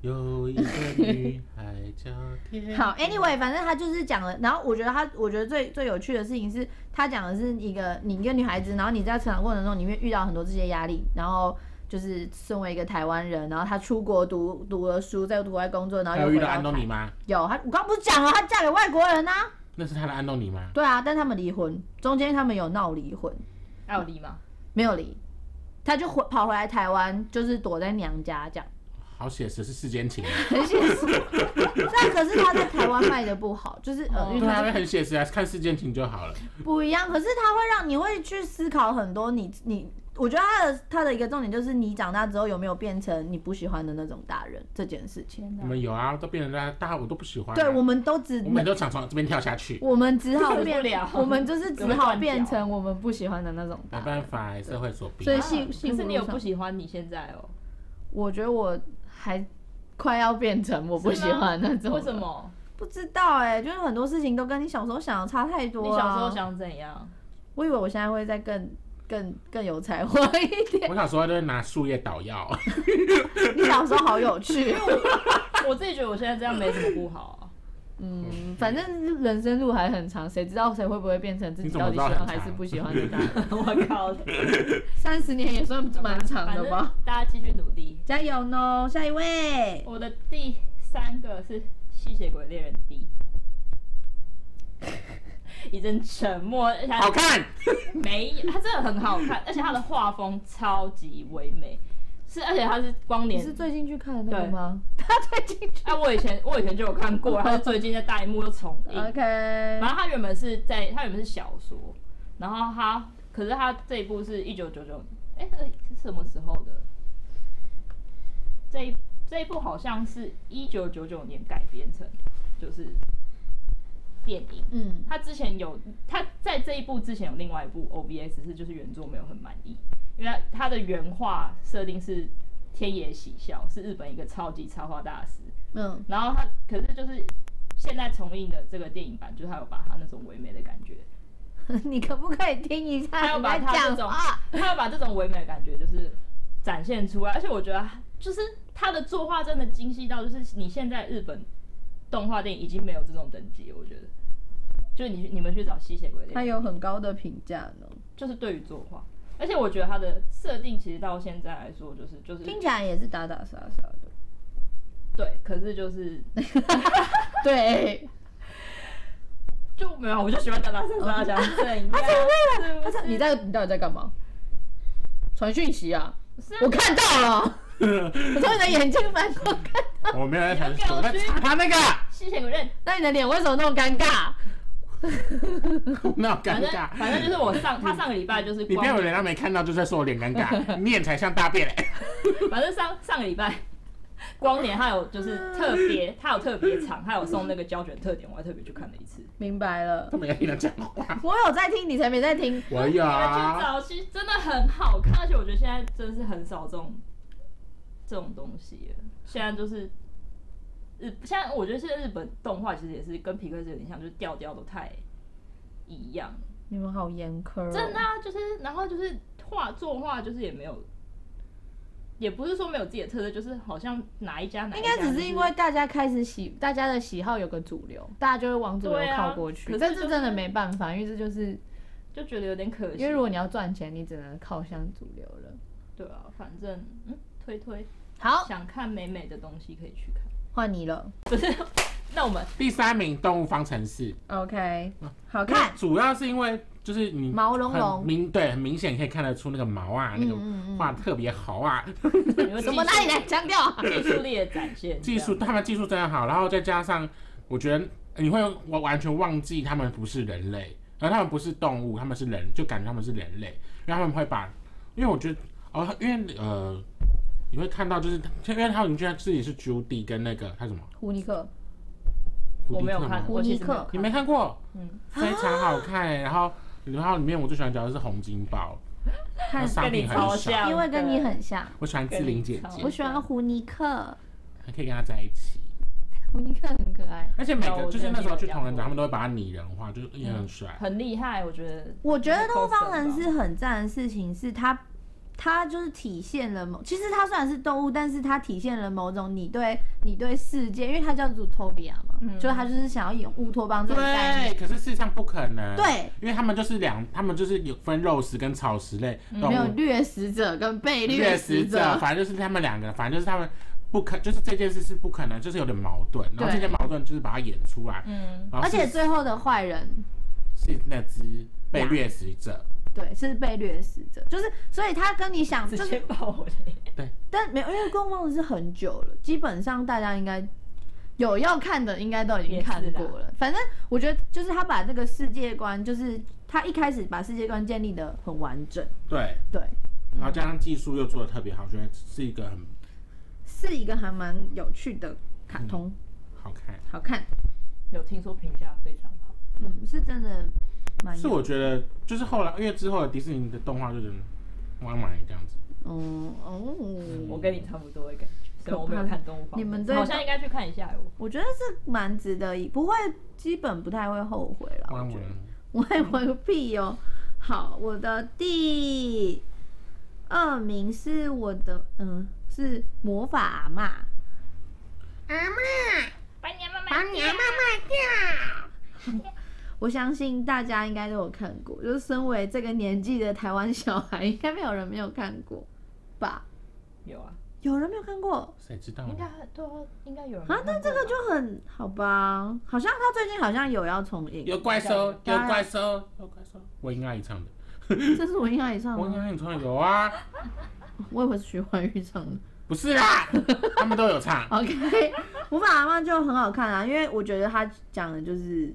[SPEAKER 2] 有一个女孩叫天。
[SPEAKER 4] 好，anyway，反正他就是讲了，然后我觉得他，我觉得最最有趣的事情是，他讲的是一个你一个女孩子，然后你在成长过程中，你会遇到很多这些压力，然后就是身为一个台湾人，然后她出国读读了书，在国外工作，然后
[SPEAKER 2] 还
[SPEAKER 4] 又
[SPEAKER 2] 有
[SPEAKER 4] 回
[SPEAKER 2] 遇
[SPEAKER 4] 到
[SPEAKER 2] 到安东尼
[SPEAKER 4] 台
[SPEAKER 2] 吗？
[SPEAKER 4] 有她，我刚不是讲了，她嫁给外国人啊，
[SPEAKER 2] 那是他的安东尼吗？
[SPEAKER 4] 对啊，但他们离婚，中间他们有闹离婚，
[SPEAKER 3] 还有离吗？
[SPEAKER 4] 没有离，她就回跑回来台湾，就是躲在娘家这样。
[SPEAKER 2] 好写实是世间情啊，
[SPEAKER 4] 很现实。但可是他在台湾卖的不好，就是
[SPEAKER 3] 哦
[SPEAKER 4] 呃，因为
[SPEAKER 2] 对啊，
[SPEAKER 4] 他
[SPEAKER 2] 那很写实啊，看世间情就好了。
[SPEAKER 4] 不一样。可是他会让你会去思考很多你你我觉得他的他的一个重点就是你长大之后有没有变成你不喜欢的那种大人这件事情。
[SPEAKER 3] 天
[SPEAKER 2] 我们
[SPEAKER 3] 哪，
[SPEAKER 2] 有啊，都变成大家大家我都不喜欢啊。
[SPEAKER 4] 对，我们都只
[SPEAKER 2] 我们都想从这边跳下去，
[SPEAKER 4] 我们只好
[SPEAKER 3] 受不
[SPEAKER 4] 变
[SPEAKER 3] 了，
[SPEAKER 4] 我 们就是只
[SPEAKER 3] 有没有
[SPEAKER 4] 好
[SPEAKER 3] 断
[SPEAKER 4] 变
[SPEAKER 3] 脚
[SPEAKER 4] 成我们不喜欢的那种
[SPEAKER 2] 没
[SPEAKER 4] 大
[SPEAKER 2] 办
[SPEAKER 4] 人。
[SPEAKER 2] 法，社会所逼
[SPEAKER 4] 所。以
[SPEAKER 3] 啊
[SPEAKER 4] 幸
[SPEAKER 3] 可
[SPEAKER 4] 幸福
[SPEAKER 3] 是你有
[SPEAKER 4] 路上
[SPEAKER 3] 不喜欢你现在哦？
[SPEAKER 4] 我觉得我还快要变成我不喜欢的那种。
[SPEAKER 3] 为什？么？
[SPEAKER 4] 不知道哎、就是很多事情都跟你小时候想的差太多、
[SPEAKER 3] 你
[SPEAKER 4] 啊。
[SPEAKER 3] 小时候，想怎样？
[SPEAKER 4] 我以为我现在会再更更更有才华 一点。
[SPEAKER 2] 我小时候都会拿树叶捣药，
[SPEAKER 4] 你小时候好有趣。哦
[SPEAKER 3] 我自己觉得我现在这样没什么不好 啊。
[SPEAKER 4] 嗯，反正人生路还很长，谁知道谁会不会变成自己
[SPEAKER 2] 你怎么
[SPEAKER 4] 到底
[SPEAKER 2] 知
[SPEAKER 4] 喜
[SPEAKER 2] 道
[SPEAKER 4] 欢
[SPEAKER 2] 很
[SPEAKER 4] 还
[SPEAKER 2] 长
[SPEAKER 4] 是不喜欢的大 人？
[SPEAKER 3] 我靠，
[SPEAKER 4] 三十年也算蛮长的
[SPEAKER 3] 反
[SPEAKER 4] 吧。
[SPEAKER 3] 正大家继续努力。
[SPEAKER 4] 加油呢！下一位，
[SPEAKER 3] 我的第三个是《吸血鬼猎人 D》，一阵沉默，而且它
[SPEAKER 2] 好看。
[SPEAKER 3] 没，它真的很好看，而且它的画风超级唯美，是而且它是光
[SPEAKER 4] 你
[SPEAKER 3] 年
[SPEAKER 4] 是最近去看的那个
[SPEAKER 3] 对
[SPEAKER 4] 吗？ 他最近去
[SPEAKER 3] 哎、我以前我以前就有看过，然后最近在大幕又重映。
[SPEAKER 4] ，OK，
[SPEAKER 3] 然后它原本是在它原本是小说，然后它可是它这一部是一九九九，哎，呃是什么时候的？这一这一部好像是一九九九年改编成就是电影。
[SPEAKER 4] 嗯，
[SPEAKER 3] 他之前有他在这一部之前有另外一部 OBS 是就是原作没有很满意，因为他他的原画设定是天野喜孝，是日本一个超级插画大师。
[SPEAKER 4] 嗯，
[SPEAKER 3] 然后他可是就是现在重映的这个电影版，就是他有把他那种唯美的感觉，
[SPEAKER 4] 你可不可以听一
[SPEAKER 3] 他
[SPEAKER 4] 下
[SPEAKER 3] 要
[SPEAKER 4] 啊你
[SPEAKER 3] 把
[SPEAKER 4] 在
[SPEAKER 3] 他这
[SPEAKER 4] 讲啊
[SPEAKER 3] 种
[SPEAKER 4] 话？
[SPEAKER 3] 他要把这种唯美的感觉就是展现出来，而且我觉得就是他的作画真的精细到，就是你现在日本动画电影已经没有这种等级了，我觉得。就你去你们去找吸血鬼
[SPEAKER 4] 他
[SPEAKER 3] 猎人，
[SPEAKER 4] 有很高的评价呢，
[SPEAKER 3] 就是对于作画，而且我觉得它的设定其实到现在来说，就是就是
[SPEAKER 4] 听起来也是打打杀杀的。
[SPEAKER 3] 对，可是就是
[SPEAKER 4] 对，
[SPEAKER 3] 就没有，啊我就喜欢打打杀杀，想怎样？啊是不是
[SPEAKER 4] 你在你到底在干嘛？传讯息啊！
[SPEAKER 3] 是啊
[SPEAKER 4] 我看到 了，我从你的眼睛翻过看，
[SPEAKER 2] 我没有在弹手，
[SPEAKER 3] 你
[SPEAKER 2] 我
[SPEAKER 3] 就
[SPEAKER 2] 在
[SPEAKER 3] 给我去
[SPEAKER 2] 擦他那个，
[SPEAKER 3] 吸血鬼刃，
[SPEAKER 4] 那你的脸为什么那么尴尬？
[SPEAKER 2] 那好尴
[SPEAKER 3] 反正
[SPEAKER 2] 尬。
[SPEAKER 3] 反正就是我上他上个礼拜就是
[SPEAKER 2] 你不
[SPEAKER 3] 光
[SPEAKER 2] 要以为他没看到，就在说我脸尴尬，面才像大便嘞。
[SPEAKER 3] 反正上上个礼拜，光年他有就是特
[SPEAKER 2] 嗯
[SPEAKER 3] 别，他有特别场，他有送那个胶卷特点，我还特别去看了一次。
[SPEAKER 4] 明白了
[SPEAKER 2] 他，们要听他讲话。
[SPEAKER 4] 我有在听，你才没在听。
[SPEAKER 2] 我有
[SPEAKER 3] 去
[SPEAKER 2] 啊，
[SPEAKER 3] 找，其实真的很好看，而且我觉得现在真的是很少这种这种东西了。现在就是日，现在我觉得现在日本动画其实也是跟皮克斯有点像，就是调调都太一样。
[SPEAKER 4] 你们好严苛、哦，
[SPEAKER 3] 真的、啊、就是，然后就是画作画，就是也没有，也不是说没有自己的特色，就是好像哪一家哪一
[SPEAKER 4] 应该
[SPEAKER 3] 家、就是，
[SPEAKER 4] 只是因为大家开始喜，大家的喜好有个主流，大家就会往主
[SPEAKER 3] 对
[SPEAKER 4] 流
[SPEAKER 3] 啊
[SPEAKER 4] 靠过去。
[SPEAKER 3] 可是
[SPEAKER 4] 但
[SPEAKER 3] 就是是
[SPEAKER 4] 真的没办法，因为这就是
[SPEAKER 3] 就觉得有点可惜。
[SPEAKER 4] 因为如果你要赚钱，你只能靠向主流了。
[SPEAKER 3] 对啊，反正嗯，推推
[SPEAKER 4] 好，
[SPEAKER 3] 想看美美的东西可以去看。
[SPEAKER 4] 换你了
[SPEAKER 3] 那我 们
[SPEAKER 2] 第三名《动物方程式》，
[SPEAKER 4] ，OK，好
[SPEAKER 2] 因为
[SPEAKER 4] 看，
[SPEAKER 2] 主要是因为就是你
[SPEAKER 4] 毛茸茸嗯
[SPEAKER 2] 很明对，很明显可以看得出那个毛啊，那个画得特别好啊，
[SPEAKER 3] 你们
[SPEAKER 4] 什么？那你来强调啊？
[SPEAKER 3] 技术力的展现，
[SPEAKER 2] 技术
[SPEAKER 3] 这样
[SPEAKER 2] 他们技术真的好，然后再加上我觉得你会完完全忘记他们不是人类，然后他们不是动物，他们是人，就感觉他们是人类，然后他们会把，因为我觉得哦，因为呃。你会看到，就是因为他们觉得自己是朱迪跟那个他什么，
[SPEAKER 4] 胡尼克，
[SPEAKER 2] 胡
[SPEAKER 3] 我
[SPEAKER 2] 迪
[SPEAKER 3] 没有
[SPEAKER 2] 克吗
[SPEAKER 3] 看，
[SPEAKER 4] 胡
[SPEAKER 3] 我其
[SPEAKER 4] 尼
[SPEAKER 3] 实
[SPEAKER 4] 克
[SPEAKER 3] 没有
[SPEAKER 2] 你
[SPEAKER 3] 看。
[SPEAKER 2] 没看过？
[SPEAKER 3] 嗯，
[SPEAKER 2] 非常好看、欸。然后，然后里面我最喜欢角色是洪金 宝，
[SPEAKER 4] 看
[SPEAKER 2] 他商品
[SPEAKER 3] 跟
[SPEAKER 2] 很
[SPEAKER 3] 你超
[SPEAKER 2] 少。
[SPEAKER 3] 像
[SPEAKER 4] 因为跟你很像，
[SPEAKER 2] 我喜欢志玲姐
[SPEAKER 3] 跟你
[SPEAKER 2] 姐
[SPEAKER 3] 超
[SPEAKER 4] 我，喜欢胡尼克，
[SPEAKER 2] 还可以跟她在一起。
[SPEAKER 4] 胡尼克很可爱。
[SPEAKER 2] 而且每
[SPEAKER 3] 有
[SPEAKER 2] 个
[SPEAKER 3] 我
[SPEAKER 2] 就是那时候去同人
[SPEAKER 3] 真的有
[SPEAKER 2] 展，他们都会把他拟人化，就是也
[SPEAKER 3] 嗯
[SPEAKER 2] 很帅。
[SPEAKER 3] 很厉害，我觉得。
[SPEAKER 4] 我觉得《动物方程式》很赞的事情是它，它就是体现了某，其实它虽然是动物，但是它体现了某种你对你对世界，因为它叫 Zootopia 嘛，
[SPEAKER 3] 嗯
[SPEAKER 4] 就是它就是想要演乌托邦这种概
[SPEAKER 2] 对，
[SPEAKER 4] 念。
[SPEAKER 2] 可是事实上不可能。
[SPEAKER 4] 对，
[SPEAKER 2] 因为他们就是两，他们就是有分肉食跟草食类动
[SPEAKER 4] 嗯没有
[SPEAKER 2] 物，
[SPEAKER 4] 掠食者跟被
[SPEAKER 2] 掠
[SPEAKER 4] 食
[SPEAKER 2] 食者，反正就是他们两个，反正就是他们不可，就是这件事是不可能，就是有点矛盾。然后这
[SPEAKER 4] 对
[SPEAKER 2] 些矛盾就是把它演出来，
[SPEAKER 3] 嗯，
[SPEAKER 2] 然后
[SPEAKER 4] 而且
[SPEAKER 2] 是
[SPEAKER 4] 最后的坏人，
[SPEAKER 2] 是那只被掠食者，
[SPEAKER 4] 对，是被掠食者，就是所以他跟你想，就
[SPEAKER 3] 直
[SPEAKER 4] 是
[SPEAKER 3] 接爆我的。
[SPEAKER 4] 但没有，因为《共梦》是很久了，基本上大家应该有要看的，应该都已经看过了。反正我觉得，就是他把这个世界观，就是他一开始把世界观建立的很完整，
[SPEAKER 2] 对。
[SPEAKER 4] 对，
[SPEAKER 2] 然后加上技术又做的特别好，觉得是一个很
[SPEAKER 4] 是一个还蛮有趣的卡通，
[SPEAKER 2] 好看。
[SPEAKER 4] 好看，
[SPEAKER 3] 有听说评价非常好，
[SPEAKER 4] 嗯，是真的蛮有。
[SPEAKER 2] 是我觉得就是后来，因为之后的迪士尼的动画就是完美这样子。
[SPEAKER 4] 嗯哦，
[SPEAKER 3] 我跟你差不多的感觉，虽然我没有看动物方面，
[SPEAKER 4] 你们对
[SPEAKER 3] 好像应该去看一下哦。
[SPEAKER 4] 我觉得是蛮值得一，不会基本不太会后悔了。
[SPEAKER 2] 完
[SPEAKER 4] 我
[SPEAKER 2] 美
[SPEAKER 4] 觉得，我会回个屁哦。好，我的第二名是我的，嗯，是魔法阿嬷。
[SPEAKER 3] 把你妈妈，
[SPEAKER 4] 我相信大家应该都有看过，就是身为这个年纪的台湾小孩， 应该没有人没有看过吧？
[SPEAKER 3] 有啊，
[SPEAKER 4] 有人没有看过
[SPEAKER 2] 谁知道
[SPEAKER 3] 应该
[SPEAKER 2] 呢？
[SPEAKER 3] 很对啊，应该有人
[SPEAKER 4] 啊？但这个
[SPEAKER 3] 看过吧
[SPEAKER 4] 就很好吧？好像他最近好像有要重映，
[SPEAKER 2] 有怪兽，有
[SPEAKER 4] 当然
[SPEAKER 2] 怪兽，有怪兽。我应该一唱的，
[SPEAKER 4] 这是我印象以上
[SPEAKER 2] 我应
[SPEAKER 4] 吗？
[SPEAKER 2] 该一唱的有啊，
[SPEAKER 4] 我以为是徐怀钰唱的。
[SPEAKER 2] 不是 啦，他们都有唱。
[SPEAKER 4] OK，魔 法阿嬷就很好看啊，因为我觉得他讲的就是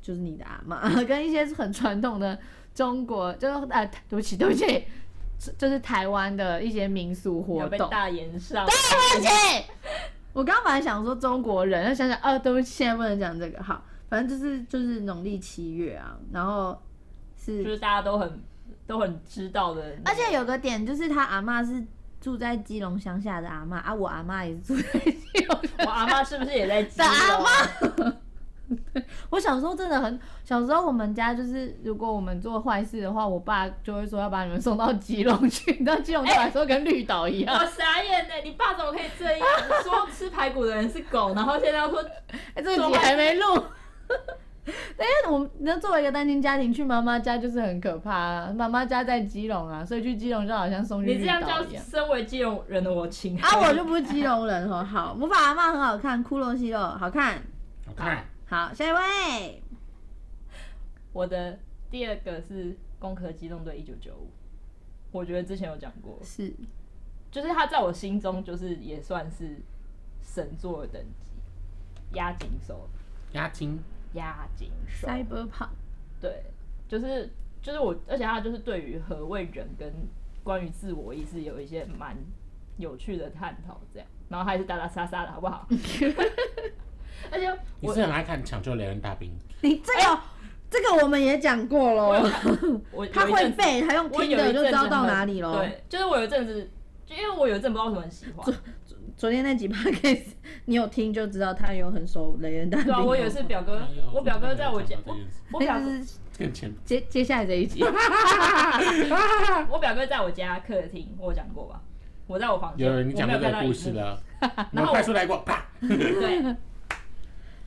[SPEAKER 4] 就是你的阿嬷， 跟一些很传统的中国，就是啊，对不起，对不起， 是就是台湾的一些民俗活
[SPEAKER 3] 有被
[SPEAKER 4] 动。
[SPEAKER 3] 大言上，
[SPEAKER 4] 我刚刚本来想说中国人，但想想啊，对不起，现在不能讲这个。好，反正就是就是农历七月啊，然后，
[SPEAKER 3] 就是是大家都很都很知道的那个，
[SPEAKER 4] 而且有个点就是他阿嬷是住在基隆乡下的阿嬷啊，我阿嬷也是住在基隆乡下
[SPEAKER 3] 我阿妈是不是也在基
[SPEAKER 4] 的
[SPEAKER 3] 隆
[SPEAKER 4] 阿妈。我小时候真的很，小时候我们家就是，如果我们做坏事的话，我爸就会说要把你们送到基隆去。你知道基隆对我来说跟绿岛一样，
[SPEAKER 3] 我傻眼呢！你爸怎么可以这样？说吃排骨的人是 狗，然后现在又说
[SPEAKER 4] 哎、这个集还没录。但是我们那作为一个单亲家庭，去妈妈家就是很可怕、啊。妈妈家在基隆啊，所以去基隆就好像送去
[SPEAKER 3] 你这
[SPEAKER 4] 绿
[SPEAKER 3] 样
[SPEAKER 4] 岛
[SPEAKER 3] 叫
[SPEAKER 4] 一样。
[SPEAKER 3] 身为基隆人的我亲
[SPEAKER 4] 啊，我就不是基隆人哦。好，魔法阿嬷很好看，骷髅西肉好看。
[SPEAKER 2] 好看，
[SPEAKER 4] 好，下一位，
[SPEAKER 3] 我的第二个是《攻壳机动队一九九五》，我觉得之前有讲过，
[SPEAKER 4] 是
[SPEAKER 3] 就是他在我心中就是也算是神作的等级，压紧手，
[SPEAKER 2] 押金
[SPEAKER 3] 压紧手，
[SPEAKER 4] Cyberpunk。
[SPEAKER 3] 对，就是就是我，而且他就是对于何谓人跟关于自我意识有一些蛮有趣的探讨，这样，然后还是打打杀杀的好 不好？而且
[SPEAKER 2] 你
[SPEAKER 3] 我
[SPEAKER 2] 是很爱看《抢救雷恩大兵》，
[SPEAKER 4] 你这个、这个我们也讲过喽，
[SPEAKER 3] 哎我
[SPEAKER 4] 他
[SPEAKER 3] 有一
[SPEAKER 4] 会
[SPEAKER 3] 阵子
[SPEAKER 4] 背，他用
[SPEAKER 3] 我
[SPEAKER 4] 听
[SPEAKER 3] 有
[SPEAKER 4] 的
[SPEAKER 3] 一
[SPEAKER 4] 就
[SPEAKER 3] 阵
[SPEAKER 4] 知道
[SPEAKER 3] 子
[SPEAKER 4] 到
[SPEAKER 3] 很
[SPEAKER 4] 哪里喽。
[SPEAKER 3] 对，就是我有一阵子，就因为我有一阵不知道为什么很喜
[SPEAKER 4] 啊
[SPEAKER 3] 欢，
[SPEAKER 4] 昨天 那几 p o d 你有听就知道他有很熟雷恩大
[SPEAKER 3] 对
[SPEAKER 4] 兵
[SPEAKER 3] 啊，
[SPEAKER 4] 哦。
[SPEAKER 3] 我有一次表哥
[SPEAKER 2] 哎呦，
[SPEAKER 3] 我表哥在我家，
[SPEAKER 2] 真的
[SPEAKER 3] 我
[SPEAKER 2] 没有讲到这件事
[SPEAKER 3] 我表
[SPEAKER 4] 那就是
[SPEAKER 3] 哥
[SPEAKER 2] 更前
[SPEAKER 4] 接接下来这一 集。
[SPEAKER 3] 我表哥在我家客厅，我有讲过吧？我在我房间，
[SPEAKER 2] 有
[SPEAKER 3] 我
[SPEAKER 2] 人
[SPEAKER 3] 没
[SPEAKER 2] 讲过
[SPEAKER 3] 有
[SPEAKER 2] 这
[SPEAKER 3] 看
[SPEAKER 2] 个
[SPEAKER 3] 到
[SPEAKER 2] 故
[SPEAKER 3] 荧
[SPEAKER 2] 事
[SPEAKER 3] 幕，
[SPEAKER 2] 了，
[SPEAKER 3] 然
[SPEAKER 2] 然
[SPEAKER 3] 后
[SPEAKER 2] 后
[SPEAKER 3] 我
[SPEAKER 2] 快速来过，啪！
[SPEAKER 3] 对，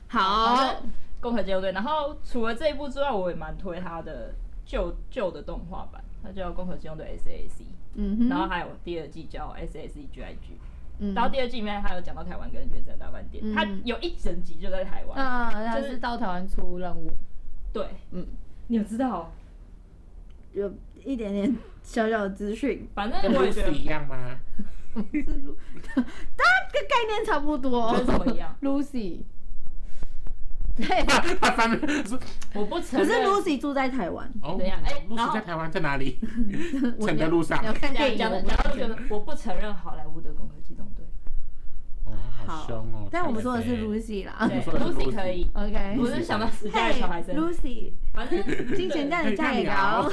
[SPEAKER 4] 好，
[SPEAKER 3] 攻壳机动队。然后除了这一部之外，我也蛮推他的旧旧的动画版，它叫《攻壳机动队 SAC》，
[SPEAKER 4] 嗯哼，
[SPEAKER 3] E，然后还有第二季叫 SAC GIG。
[SPEAKER 4] 嗯
[SPEAKER 3] 然后第二季里面还有讲到台湾跟原生大饭店，
[SPEAKER 4] 嗯
[SPEAKER 3] 它有一整集就在台湾。
[SPEAKER 4] 啊，他
[SPEAKER 3] 就是
[SPEAKER 4] 是到台湾出任务，
[SPEAKER 3] 对，
[SPEAKER 4] 嗯，
[SPEAKER 3] 你有知道哦？
[SPEAKER 4] 有一点点小小的资讯，
[SPEAKER 3] 反
[SPEAKER 2] 跟
[SPEAKER 3] 正我也觉
[SPEAKER 2] Lucy
[SPEAKER 3] 得
[SPEAKER 2] 一样 吗？
[SPEAKER 4] 跟概念差不多
[SPEAKER 3] 跟。什么 一样，
[SPEAKER 4] Lucy，对，
[SPEAKER 2] 他他翻面说，
[SPEAKER 3] 我不承
[SPEAKER 4] 可是
[SPEAKER 3] 认。
[SPEAKER 4] Lucy 住在台湾，
[SPEAKER 2] 哦，
[SPEAKER 3] 等一下哎然后
[SPEAKER 2] Lucy 在台湾在 哪里？
[SPEAKER 4] 我
[SPEAKER 2] 承德路上
[SPEAKER 4] 要看电
[SPEAKER 3] 讲
[SPEAKER 4] 影
[SPEAKER 3] 讲
[SPEAKER 4] 的
[SPEAKER 3] 的，
[SPEAKER 4] 我
[SPEAKER 3] 讲
[SPEAKER 4] 们
[SPEAKER 3] 到觉得我不承认好莱坞的《攻壳机动队
[SPEAKER 2] 哦，好凶哦！
[SPEAKER 4] 但我们说的是
[SPEAKER 2] 台北
[SPEAKER 4] Lucy》，啦。
[SPEAKER 3] 对
[SPEAKER 2] 我说的是
[SPEAKER 3] ，Lucy 可以。
[SPEAKER 4] OK，
[SPEAKER 3] 我是想到时代的小孩
[SPEAKER 4] 嘿
[SPEAKER 3] 生，
[SPEAKER 4] ，Lucy，
[SPEAKER 3] 反 正
[SPEAKER 4] 金钱在你家也高，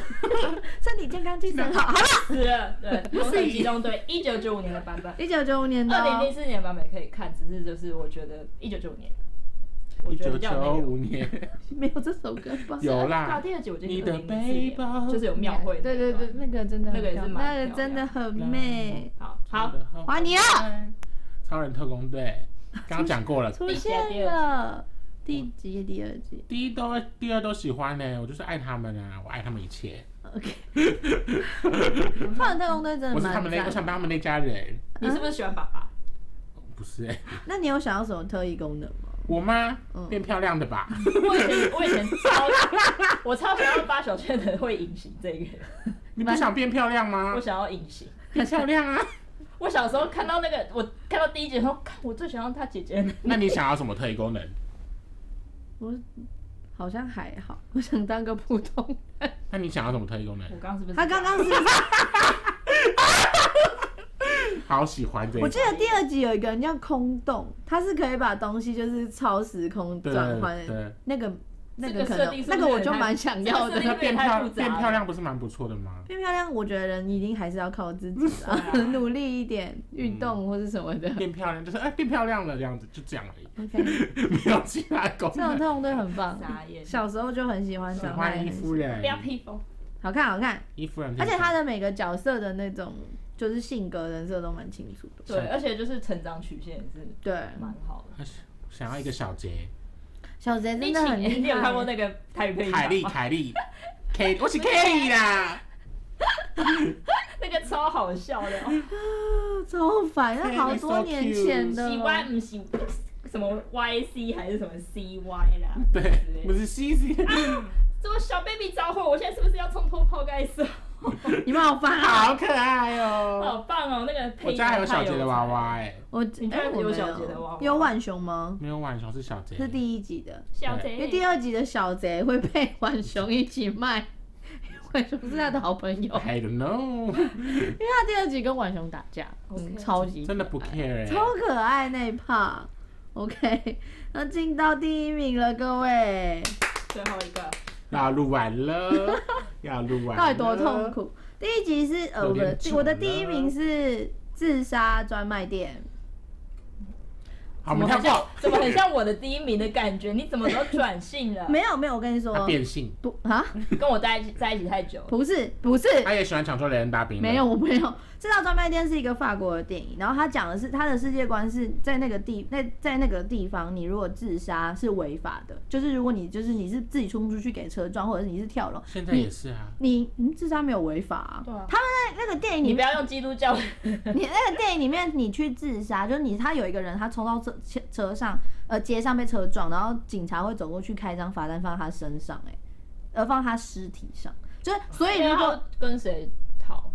[SPEAKER 4] 身体健康，精神好。好了，
[SPEAKER 3] 死了。对，《攻壳机动队》一九九五年的版本，
[SPEAKER 4] 一九九五年的
[SPEAKER 3] 二零零
[SPEAKER 4] 哦，
[SPEAKER 3] 四年版本可以看，只是就是我觉得一九九五年，我
[SPEAKER 2] 一
[SPEAKER 3] 觉得
[SPEAKER 2] 九
[SPEAKER 3] 比较
[SPEAKER 2] 九
[SPEAKER 3] 有内容
[SPEAKER 2] 五年
[SPEAKER 4] 没有这首歌吧？
[SPEAKER 2] 有
[SPEAKER 3] 到
[SPEAKER 2] 啦，
[SPEAKER 3] 第二集我就
[SPEAKER 2] 你
[SPEAKER 3] 记得
[SPEAKER 2] 的
[SPEAKER 3] 2004
[SPEAKER 2] 背
[SPEAKER 3] 年
[SPEAKER 2] 包
[SPEAKER 3] 就是有庙会，
[SPEAKER 4] 对对对，，那个真的很
[SPEAKER 3] 那个也是蛮
[SPEAKER 4] 漂亮那
[SPEAKER 3] 漂亮
[SPEAKER 4] 个真的很美。
[SPEAKER 3] 好好，，
[SPEAKER 4] 华尼尔
[SPEAKER 2] 超人特 工队，刚刚讲过了，
[SPEAKER 4] 出现了第几集？第二集
[SPEAKER 2] 第一都第二都喜欢呢，我就是爱他们啊，我爱他们一切，
[SPEAKER 4] ？OK，超人特工队真
[SPEAKER 2] 我
[SPEAKER 4] 的
[SPEAKER 2] 是他们那，
[SPEAKER 4] 蛮
[SPEAKER 2] 我
[SPEAKER 4] 赞。
[SPEAKER 2] 想当他们那家人，
[SPEAKER 3] 你是不是喜欢爸爸？
[SPEAKER 2] 不是 哎，
[SPEAKER 4] 那你有想要什么特异功能吗？
[SPEAKER 2] 我妈
[SPEAKER 4] 嗯
[SPEAKER 2] 变漂亮的 吧？
[SPEAKER 3] 我以前我以前超我超想要八小圈的会隐形这个人，
[SPEAKER 2] 你不想变漂亮吗
[SPEAKER 4] 啊
[SPEAKER 3] 我？想要隐形。
[SPEAKER 2] 变漂亮啊！
[SPEAKER 3] 我小时候看到那个，我看到第一集的时候，看我最想要他姐姐。
[SPEAKER 2] 那你想要什么特异功能？
[SPEAKER 4] 我好像还好， 我想当个普通。
[SPEAKER 2] 那你想要什么特异功能
[SPEAKER 3] 我？刚刚是不是？
[SPEAKER 4] 他刚刚是
[SPEAKER 2] 好喜欢这一
[SPEAKER 4] 我
[SPEAKER 2] 种
[SPEAKER 4] 记得第二集有一个人叫空洞，他是可以把东西就是超时空
[SPEAKER 2] 对
[SPEAKER 4] 转换
[SPEAKER 2] 对，对
[SPEAKER 4] 那个那
[SPEAKER 3] 这
[SPEAKER 4] 个
[SPEAKER 3] 个
[SPEAKER 4] 可
[SPEAKER 3] 设
[SPEAKER 4] 能
[SPEAKER 3] 定是
[SPEAKER 4] 那
[SPEAKER 3] 不
[SPEAKER 4] 个
[SPEAKER 3] 是
[SPEAKER 4] 我
[SPEAKER 3] 很
[SPEAKER 4] 就
[SPEAKER 3] 难
[SPEAKER 4] 蛮想要
[SPEAKER 3] 这
[SPEAKER 4] 的
[SPEAKER 3] 个。设
[SPEAKER 2] 那
[SPEAKER 3] 定
[SPEAKER 2] 变
[SPEAKER 3] 有点太
[SPEAKER 2] 漂
[SPEAKER 3] 复杂了
[SPEAKER 2] 变漂亮不是蛮不错的 吗？
[SPEAKER 4] 变漂亮，我觉得人一定还是要靠自己 啊，努力一点，运动或是什么的。
[SPEAKER 2] 变漂亮就是哎、变漂亮了这样子，就这样而已，
[SPEAKER 4] OK，
[SPEAKER 2] 没有其他功
[SPEAKER 4] 这种
[SPEAKER 2] 能。
[SPEAKER 4] 痛队很棒。
[SPEAKER 3] 傻眼，
[SPEAKER 4] 小时候就很喜欢
[SPEAKER 2] 喜
[SPEAKER 4] 长大也
[SPEAKER 2] 欢
[SPEAKER 4] 很
[SPEAKER 2] 伊
[SPEAKER 4] 喜
[SPEAKER 2] 夫
[SPEAKER 4] 欢，
[SPEAKER 2] 人
[SPEAKER 3] 不，要披风，
[SPEAKER 4] 好看好看，
[SPEAKER 2] 伊夫人，
[SPEAKER 4] 而且他的每个角色的那种就是性格人设都蛮清楚的。
[SPEAKER 3] 对，而且就是成长曲线也是
[SPEAKER 4] 对，
[SPEAKER 3] 蛮好的。
[SPEAKER 2] 想要一个小杰，
[SPEAKER 4] 小贼真
[SPEAKER 3] 你
[SPEAKER 4] 的
[SPEAKER 3] 请
[SPEAKER 4] 很厉害。
[SPEAKER 3] 你有看过那个台语配音版
[SPEAKER 2] 凯
[SPEAKER 3] 吗
[SPEAKER 2] 莉，凯莉，K，我是 K 啦，
[SPEAKER 3] 那个超好笑的，哦
[SPEAKER 4] 超烦，那
[SPEAKER 2] Kenny
[SPEAKER 4] 好多
[SPEAKER 2] so
[SPEAKER 4] 年
[SPEAKER 2] cute
[SPEAKER 4] 前的
[SPEAKER 3] 喜
[SPEAKER 4] 了。
[SPEAKER 3] 欢不喜什么 YC 还是什么 CY 啦，之类
[SPEAKER 2] 对，
[SPEAKER 3] 的
[SPEAKER 2] 不是 C C，
[SPEAKER 3] 这么小 baby 着火，我现在是不是要冲破泡盖色？
[SPEAKER 4] 你们好烦啊！
[SPEAKER 2] 好可爱哦、
[SPEAKER 3] 好棒哦，那个配
[SPEAKER 2] 我
[SPEAKER 3] 音
[SPEAKER 2] 家还有小
[SPEAKER 3] 太
[SPEAKER 2] 杰的
[SPEAKER 3] 才
[SPEAKER 2] 娃娃哎、
[SPEAKER 4] 我
[SPEAKER 3] 你
[SPEAKER 4] 哎，
[SPEAKER 3] 看
[SPEAKER 4] 我
[SPEAKER 3] 有
[SPEAKER 4] 没
[SPEAKER 3] 小杰的娃娃
[SPEAKER 4] 有浣熊吗？
[SPEAKER 2] 没有浣熊是小杰，
[SPEAKER 4] 是第一集的，
[SPEAKER 3] 小
[SPEAKER 2] 对
[SPEAKER 3] 贼，
[SPEAKER 4] 因为第二集的小贼会被浣熊一起卖，浣熊是他的好朋友，因为
[SPEAKER 2] I don't know，
[SPEAKER 4] 他第二集跟浣熊打架，嗯，
[SPEAKER 3] OK
[SPEAKER 4] 超级
[SPEAKER 2] 真的不
[SPEAKER 4] 可爱
[SPEAKER 2] care，、欸、
[SPEAKER 4] 超可爱那一趴。OK，那进到第一名了，各位，
[SPEAKER 3] 最后一个，
[SPEAKER 2] 要录完 了，要录完，
[SPEAKER 4] 到底多痛？苦？第一集是呃，
[SPEAKER 2] 有
[SPEAKER 4] 我
[SPEAKER 2] 点
[SPEAKER 4] 的
[SPEAKER 2] 久
[SPEAKER 4] 我的
[SPEAKER 2] 了
[SPEAKER 4] 第一名是自杀专卖店，
[SPEAKER 2] 好，我们跳过，
[SPEAKER 3] 怎么很像我的第一名的感觉？你怎么都转性 了？
[SPEAKER 4] 没有没有，我跟你说
[SPEAKER 2] 他，变性，
[SPEAKER 4] 不啊，
[SPEAKER 3] 跟我在一起在一起太久了，
[SPEAKER 4] 不是不是，
[SPEAKER 2] 他也喜欢抢救雷恩大兵，
[SPEAKER 4] 没有，我没有。 这道专卖店是一个法国的电影，然后他讲的是他的世界观是在那个地那在那个地方，你如果自杀是违法的，就是如果你就是你是自己冲出去给车撞，或者是你是跳楼，
[SPEAKER 2] 现在也是啊，
[SPEAKER 4] 你嗯自杀没有违法、啊。
[SPEAKER 3] 对啊
[SPEAKER 4] 他们在那个电影里
[SPEAKER 3] 你不
[SPEAKER 4] 面，
[SPEAKER 3] 要用基督教，
[SPEAKER 4] 你那个电影里面你去自杀，就是你他有一个人他冲到车车车上呃街上被车撞，然后警察会走过去开一张罚单放在他身上、欸，哎，呃放他尸体上，就是所以如果
[SPEAKER 3] 要跟谁讨？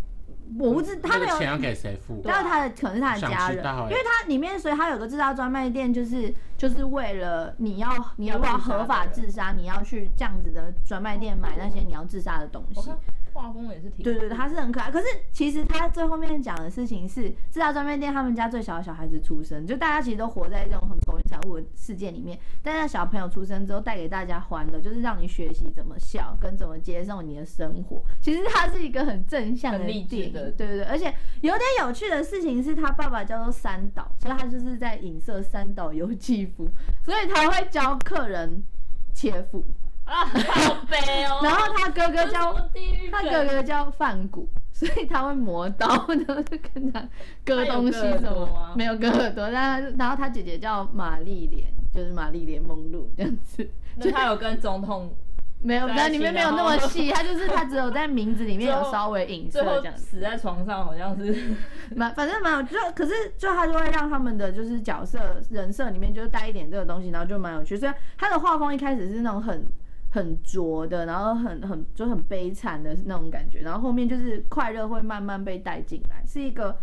[SPEAKER 4] 我不知他
[SPEAKER 2] 那
[SPEAKER 4] 没
[SPEAKER 2] 个
[SPEAKER 4] 有
[SPEAKER 2] 钱要给谁付？
[SPEAKER 4] 但是他的可能是他的
[SPEAKER 2] 想
[SPEAKER 4] 家
[SPEAKER 2] 知
[SPEAKER 4] 人，
[SPEAKER 2] 道
[SPEAKER 4] 因
[SPEAKER 2] 欸
[SPEAKER 4] 为他里面，所以他有个自杀专卖店，就是就是为了你要你要不要
[SPEAKER 3] 要自杀的
[SPEAKER 4] 合法
[SPEAKER 3] 人
[SPEAKER 4] 自杀，你要去这样子的专卖店买那些你要自杀的东
[SPEAKER 3] 我
[SPEAKER 4] 西
[SPEAKER 3] 看。画风也是挺
[SPEAKER 4] 对对对，他是很可爱。可是其实他最后面讲的事情是，自杀专卖店他们家最小的小孩子出生，就大家其实都活在这种很愁云惨雾的世界里面。但是小朋友出生之后带给大家欢乐，就是让你学习怎么笑，跟怎么接受你的生活。其实它是一个很正向的
[SPEAKER 3] 很励志
[SPEAKER 4] 电影
[SPEAKER 3] 的
[SPEAKER 4] 对对对。而且有点有趣的事情是，他爸爸叫做三岛，所以他就是在影射三岛由纪夫，所以他会教客人切腹，
[SPEAKER 3] 啊，好悲哦。
[SPEAKER 4] 然后他哥哥
[SPEAKER 3] 这是什
[SPEAKER 4] 教。
[SPEAKER 3] 么地狱
[SPEAKER 4] 他
[SPEAKER 3] 梗
[SPEAKER 4] 哥哥叫范谷， 所以他会磨刀，然后就跟他割东西什
[SPEAKER 3] 他有割耳朵
[SPEAKER 4] 么
[SPEAKER 3] 吗，
[SPEAKER 4] 没有割耳朵。啊但他然后他姐姐叫玛丽莲，就是玛丽莲梦露这样子，
[SPEAKER 3] 那他有跟总统
[SPEAKER 4] 没有，
[SPEAKER 3] 在一起
[SPEAKER 4] 但里面没有那么细，他就是他只有在名字里面有稍微影射
[SPEAKER 3] 最后
[SPEAKER 4] 这样子。
[SPEAKER 3] 死在床上，好像是
[SPEAKER 4] 蛮反正蛮有，就可是就他就会让他们的就是角色人设里面就是带一点这个东西，然后就蛮有趣。所以他的画风一开始是那种很很浊的，然后很很就很悲惨的那种感觉，然后后面就是快乐会慢慢被带进来，是一个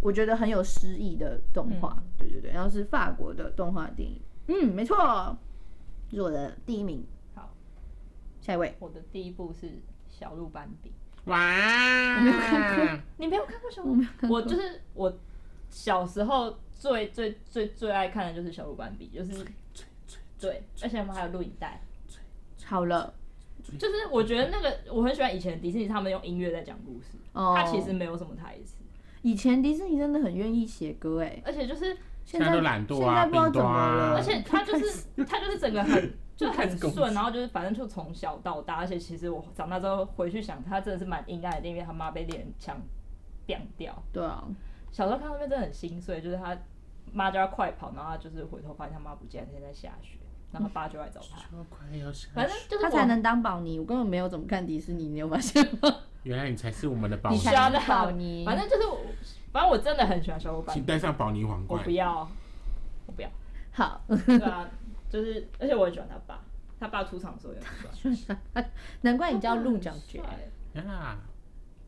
[SPEAKER 4] 我觉得很有诗意的动画。
[SPEAKER 3] 嗯
[SPEAKER 4] 对对对，然后是法国的动画电影，嗯，没错，这是我的第一名。
[SPEAKER 3] 好，
[SPEAKER 4] 下一位，
[SPEAKER 3] 我的第一部是《小鹿斑比》，
[SPEAKER 2] 哇，
[SPEAKER 3] 你没有看过小
[SPEAKER 4] 我
[SPEAKER 3] 鹿？
[SPEAKER 4] 没有看过
[SPEAKER 3] 我就是我小时候最最最最爱看的就是小鹿斑比，就是对，而且我们还有录影带，
[SPEAKER 4] 好了，嗯
[SPEAKER 3] 就是我觉得那个我很喜欢以前迪士尼他们用音乐在讲故事，
[SPEAKER 4] 哦，
[SPEAKER 3] 它其实没有什么台词，
[SPEAKER 4] 以前迪士尼真的很愿意写歌哎、
[SPEAKER 3] 而且就是
[SPEAKER 4] 现
[SPEAKER 2] 现在都懒惰
[SPEAKER 4] 现
[SPEAKER 2] 啊，
[SPEAKER 4] 在不知道怎
[SPEAKER 2] 病多
[SPEAKER 4] 么了
[SPEAKER 2] 啊，
[SPEAKER 3] 而且他就是他就是整个 很就
[SPEAKER 2] 开始
[SPEAKER 3] 很
[SPEAKER 2] 攻击
[SPEAKER 3] 顺，然后就是反正就从小到大，而且其实我长大之后回去想，他真的是蛮阴暗的，因为他妈被猎人枪扁掉。
[SPEAKER 4] 对啊，
[SPEAKER 3] 小时候看到那边真的很心碎，就是他妈叫他快跑，然后他就是回头发现他妈不见了，现在在下雪，然后他爸就来找他。
[SPEAKER 2] 就快要下
[SPEAKER 3] 反正
[SPEAKER 2] 雪
[SPEAKER 3] 就是
[SPEAKER 4] 他
[SPEAKER 3] 我
[SPEAKER 4] 才能当宝妮。我根本没有怎么看迪士尼，你有发 现吗？
[SPEAKER 2] 原来你才是我们的宝
[SPEAKER 3] 你
[SPEAKER 2] 妮
[SPEAKER 3] 需，要的
[SPEAKER 4] 宝妮
[SPEAKER 3] 反正就是我，反正我真的很喜欢小伙伴
[SPEAKER 2] 请，戴上宝妮皇
[SPEAKER 3] 我
[SPEAKER 2] 冠
[SPEAKER 3] 不。要，我不要，
[SPEAKER 4] 好，
[SPEAKER 3] 对啊，就是而且我很喜欢他爸，他爸出场的时候也 很帅，
[SPEAKER 4] 难怪你叫鹿角
[SPEAKER 3] 帅
[SPEAKER 4] 蕨。
[SPEAKER 2] 呀，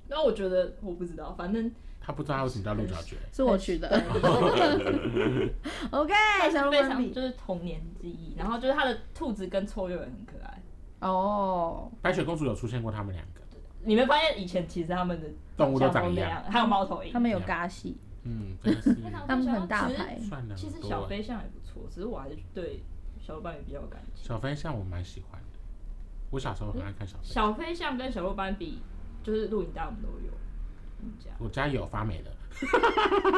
[SPEAKER 3] 然后我觉得我不知道，反正
[SPEAKER 2] 他不知道他为什么叫鹿角 蕨，
[SPEAKER 4] 是我取的。OK，小鹿
[SPEAKER 3] 非
[SPEAKER 4] 斑
[SPEAKER 3] 常
[SPEAKER 4] 比。
[SPEAKER 3] 就是童年记忆，然后就是他的兔子跟臭鼬也很可爱。
[SPEAKER 4] 哦，
[SPEAKER 2] 白雪公主有出现过他们两个，
[SPEAKER 3] 你们发现以前其实他们的
[SPEAKER 2] 动物都
[SPEAKER 3] 像
[SPEAKER 2] 长一
[SPEAKER 3] 那
[SPEAKER 2] 样，
[SPEAKER 3] 样，还有猫头鹰
[SPEAKER 4] 他。们有嘎戏，
[SPEAKER 2] 嗯，真的是
[SPEAKER 4] 他们很大牌
[SPEAKER 2] 算了。啊
[SPEAKER 3] 其实小飞象也不错，只是我还是对小鹿斑比比较有感情。
[SPEAKER 2] 小飞象我蛮喜欢的，我小时候很爱看小飞象，
[SPEAKER 3] 小飞象跟小鹿斑比，就是录影带我们都有，嗯我们家
[SPEAKER 2] 我家有发霉
[SPEAKER 3] 嗯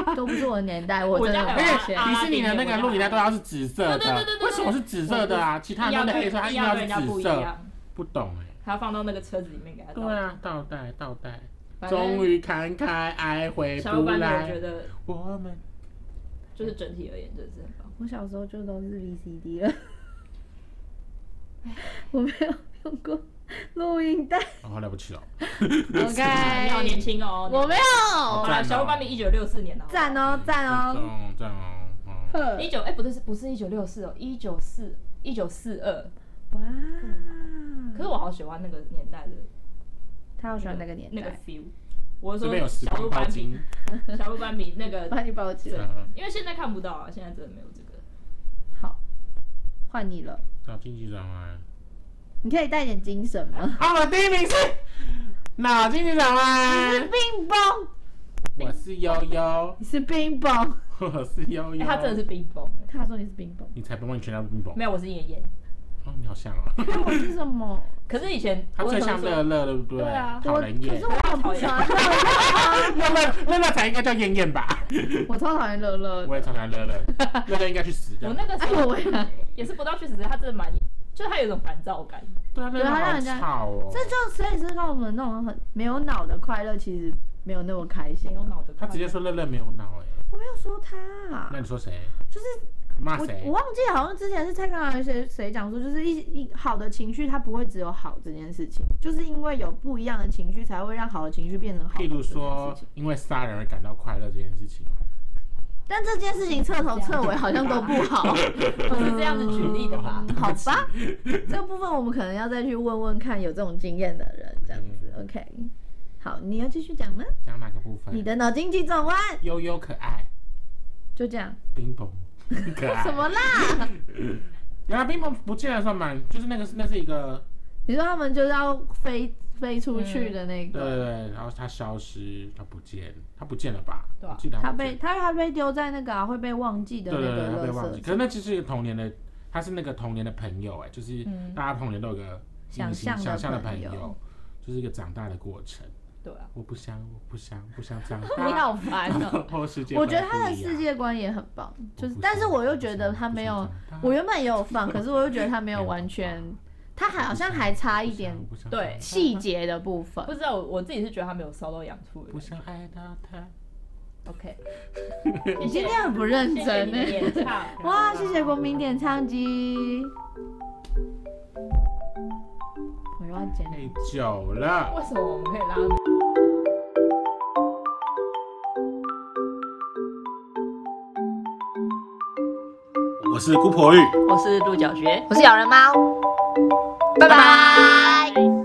[SPEAKER 2] 的，
[SPEAKER 4] 都不是我的年 代，我
[SPEAKER 3] 我
[SPEAKER 4] 真
[SPEAKER 3] 家
[SPEAKER 4] 的
[SPEAKER 3] 还
[SPEAKER 4] 有
[SPEAKER 3] 有
[SPEAKER 4] 发
[SPEAKER 3] 啊
[SPEAKER 4] 现
[SPEAKER 3] 啊。
[SPEAKER 2] 迪士尼的那个录影带都要是紫色的，
[SPEAKER 3] 对对对对对对
[SPEAKER 2] 为什么是紫色的啊？其他
[SPEAKER 3] 一
[SPEAKER 2] 人
[SPEAKER 3] 样
[SPEAKER 2] 都
[SPEAKER 3] 跟
[SPEAKER 2] 黑色，它
[SPEAKER 3] 一
[SPEAKER 2] 硬
[SPEAKER 3] 样
[SPEAKER 2] 要
[SPEAKER 3] 跟
[SPEAKER 2] 是
[SPEAKER 3] 人家不
[SPEAKER 2] 紫
[SPEAKER 3] 一
[SPEAKER 2] 色，
[SPEAKER 3] 样，
[SPEAKER 2] 不懂哎、
[SPEAKER 3] 还要放到那个车子里面给他倒。
[SPEAKER 2] 对啊，倒带倒带，
[SPEAKER 3] 反正
[SPEAKER 2] 终于看开，爱回
[SPEAKER 3] 小鹿
[SPEAKER 2] 不
[SPEAKER 3] 斑比我
[SPEAKER 2] 来
[SPEAKER 3] 觉。得
[SPEAKER 2] 我们
[SPEAKER 3] 就是整体而言真的是很棒。
[SPEAKER 4] 我小时候就都是 VCD 了，我没有用过录音带。
[SPEAKER 2] 哦，好了不起哦，
[SPEAKER 3] 你好
[SPEAKER 4] OK，
[SPEAKER 3] 年轻哦，
[SPEAKER 4] 哎我没有
[SPEAKER 2] 好
[SPEAKER 3] 好啦，
[SPEAKER 2] 赞哦
[SPEAKER 3] 小鹿斑比一九六四年的，
[SPEAKER 4] 赞哦赞哦，
[SPEAKER 2] 哦，这样哦，哦，
[SPEAKER 4] 呵
[SPEAKER 3] 一九哎不对是不是一九六四哦，一九四一九四二。
[SPEAKER 4] 哇，哦
[SPEAKER 3] 可是我好喜欢那个年代的
[SPEAKER 4] 他好喜欢那个年
[SPEAKER 3] 那个
[SPEAKER 4] 代，
[SPEAKER 3] feel。我
[SPEAKER 2] 这
[SPEAKER 3] 说
[SPEAKER 2] 边有时
[SPEAKER 3] 小鹿
[SPEAKER 2] 光包
[SPEAKER 3] 斑比
[SPEAKER 2] 金，，
[SPEAKER 3] 小鹿斑比那个
[SPEAKER 4] 把你抱起来。
[SPEAKER 2] 嗯
[SPEAKER 3] 因为现在看不到啊，现在真的没有这个。
[SPEAKER 4] 好，换你了，
[SPEAKER 2] 找经济长啊。
[SPEAKER 4] 你可以带点精神吗？
[SPEAKER 2] 啊，我第一名是脑筋急转弯，
[SPEAKER 4] 冰崩，
[SPEAKER 2] 我是悠悠，
[SPEAKER 4] 你是冰崩。
[SPEAKER 2] 我是悠
[SPEAKER 4] 啊
[SPEAKER 2] 悠，
[SPEAKER 3] 哎、他真的是冰崩、欸
[SPEAKER 4] 他说你是冰崩，
[SPEAKER 2] 你才不问全家冰棒
[SPEAKER 3] 没，有，我是妍妍。
[SPEAKER 2] 哦，你好像哦，
[SPEAKER 4] 那我是什么？
[SPEAKER 3] 可是以前
[SPEAKER 2] 他最像乐
[SPEAKER 3] 的，
[SPEAKER 2] 乐，对不对？
[SPEAKER 3] 对啊
[SPEAKER 2] 讨人
[SPEAKER 4] 可
[SPEAKER 2] 厌
[SPEAKER 4] 是。我很不喜欢乐
[SPEAKER 2] 乐乐 乐乐才应该叫燕燕吧？
[SPEAKER 4] 乐，我超讨厌乐乐
[SPEAKER 2] 我
[SPEAKER 4] 的。
[SPEAKER 2] 也超喜欢乐乐，乐乐应该去死
[SPEAKER 3] 我
[SPEAKER 2] 的。
[SPEAKER 3] 那个时
[SPEAKER 4] 哎
[SPEAKER 3] 候
[SPEAKER 4] 我也
[SPEAKER 3] 也是不到确实，他真的蛮，就是他有一种烦躁感。
[SPEAKER 2] 对啊，
[SPEAKER 4] 对
[SPEAKER 2] 乐乐
[SPEAKER 4] 他让
[SPEAKER 2] 好
[SPEAKER 4] 人家
[SPEAKER 2] 吵哦
[SPEAKER 4] 这。就所以是让我们那种很没有脑的快乐，其实没有那么开心
[SPEAKER 3] 没。有脑的，
[SPEAKER 2] 他直接说乐乐没有脑哎，
[SPEAKER 4] 我没有说他啊、
[SPEAKER 2] 那你说谁？
[SPEAKER 4] 就是
[SPEAKER 2] 骂
[SPEAKER 4] 我
[SPEAKER 2] 谁
[SPEAKER 4] 我？忘记好像之前是蔡康永还是谁谁讲说，就是一一好的情绪它不会只有好这件事情，就是因为有不一样的情绪才会让好的情绪变成好。
[SPEAKER 2] 譬如说，，因为杀人而感到快乐这件事情，
[SPEAKER 4] 但这件事情彻头彻尾好像都不好。
[SPEAKER 3] 我是这样子举例的吧？
[SPEAKER 4] 好 吧，这个部分我们可能要再去问问看有这种经验的人，这样子、o
[SPEAKER 2] 嗯
[SPEAKER 4] k 好，你要继续讲吗？
[SPEAKER 2] 讲哪个部分？
[SPEAKER 4] 你的脑筋急转弯
[SPEAKER 2] 悠悠可爱，
[SPEAKER 4] 就这样，
[SPEAKER 2] 冰棒可爱。
[SPEAKER 4] 怎么啦？
[SPEAKER 2] 原来冰棒不见的时候蛮，就是那个那是一个
[SPEAKER 4] 你说他们就是要飞飞出去的那个，
[SPEAKER 2] 对对对，然后它消失，它不见，它不见了吧？
[SPEAKER 3] 对啊
[SPEAKER 2] 我记得
[SPEAKER 4] 他
[SPEAKER 2] 不
[SPEAKER 4] 被
[SPEAKER 2] 见
[SPEAKER 4] 他他被丢在那个、啊、会被忘记的
[SPEAKER 2] 对
[SPEAKER 4] 那
[SPEAKER 2] 对对，它
[SPEAKER 4] 个
[SPEAKER 2] 被
[SPEAKER 4] 垃
[SPEAKER 2] 忘记。
[SPEAKER 4] 圾
[SPEAKER 2] 可是那其实是一个童年的，他是那个童年的朋友哎、就是
[SPEAKER 3] 嗯
[SPEAKER 2] 大家童年都有个
[SPEAKER 4] 想
[SPEAKER 2] 隐形
[SPEAKER 4] 象的
[SPEAKER 2] 想象的
[SPEAKER 4] 朋
[SPEAKER 2] 朋
[SPEAKER 4] 友
[SPEAKER 2] 友，就是一个长大的过程。
[SPEAKER 3] 对啊，
[SPEAKER 2] 我不想，我不想，不想长
[SPEAKER 4] 你
[SPEAKER 2] 大。
[SPEAKER 4] 好烦哦、
[SPEAKER 2] 后世界
[SPEAKER 4] 我
[SPEAKER 2] 观
[SPEAKER 4] 觉得
[SPEAKER 2] 不
[SPEAKER 4] 他的
[SPEAKER 2] 一样
[SPEAKER 4] 世，界观也很棒，就是
[SPEAKER 2] 啊不，
[SPEAKER 4] 但是
[SPEAKER 2] 想
[SPEAKER 4] 我又
[SPEAKER 2] 不
[SPEAKER 4] 觉
[SPEAKER 2] 想
[SPEAKER 4] 得他
[SPEAKER 2] 不
[SPEAKER 4] 没
[SPEAKER 2] 想
[SPEAKER 4] 有
[SPEAKER 2] 长，大
[SPEAKER 4] 我原本也有 放，可是我又觉得他没有
[SPEAKER 2] 没有
[SPEAKER 4] 完
[SPEAKER 2] 放
[SPEAKER 4] 全，他还好像还差一点
[SPEAKER 2] 我不想
[SPEAKER 3] 对
[SPEAKER 2] 长大
[SPEAKER 4] 细节的部分
[SPEAKER 3] 不。知道我我自己是觉得他没有烧到痒处的
[SPEAKER 2] 不。想爱到他。
[SPEAKER 3] OK，
[SPEAKER 4] 你今天很不认
[SPEAKER 3] 谢谢
[SPEAKER 4] 真
[SPEAKER 3] 你
[SPEAKER 4] 呢、
[SPEAKER 3] 的演唱。
[SPEAKER 4] 哇，谢谢国民点唱机。我又要剪
[SPEAKER 2] 太久了，
[SPEAKER 3] 为什么我们可以拉？
[SPEAKER 5] 我是姑婆玉。
[SPEAKER 3] 我是鹿角蕨。
[SPEAKER 1] 我是咬人猫，拜拜。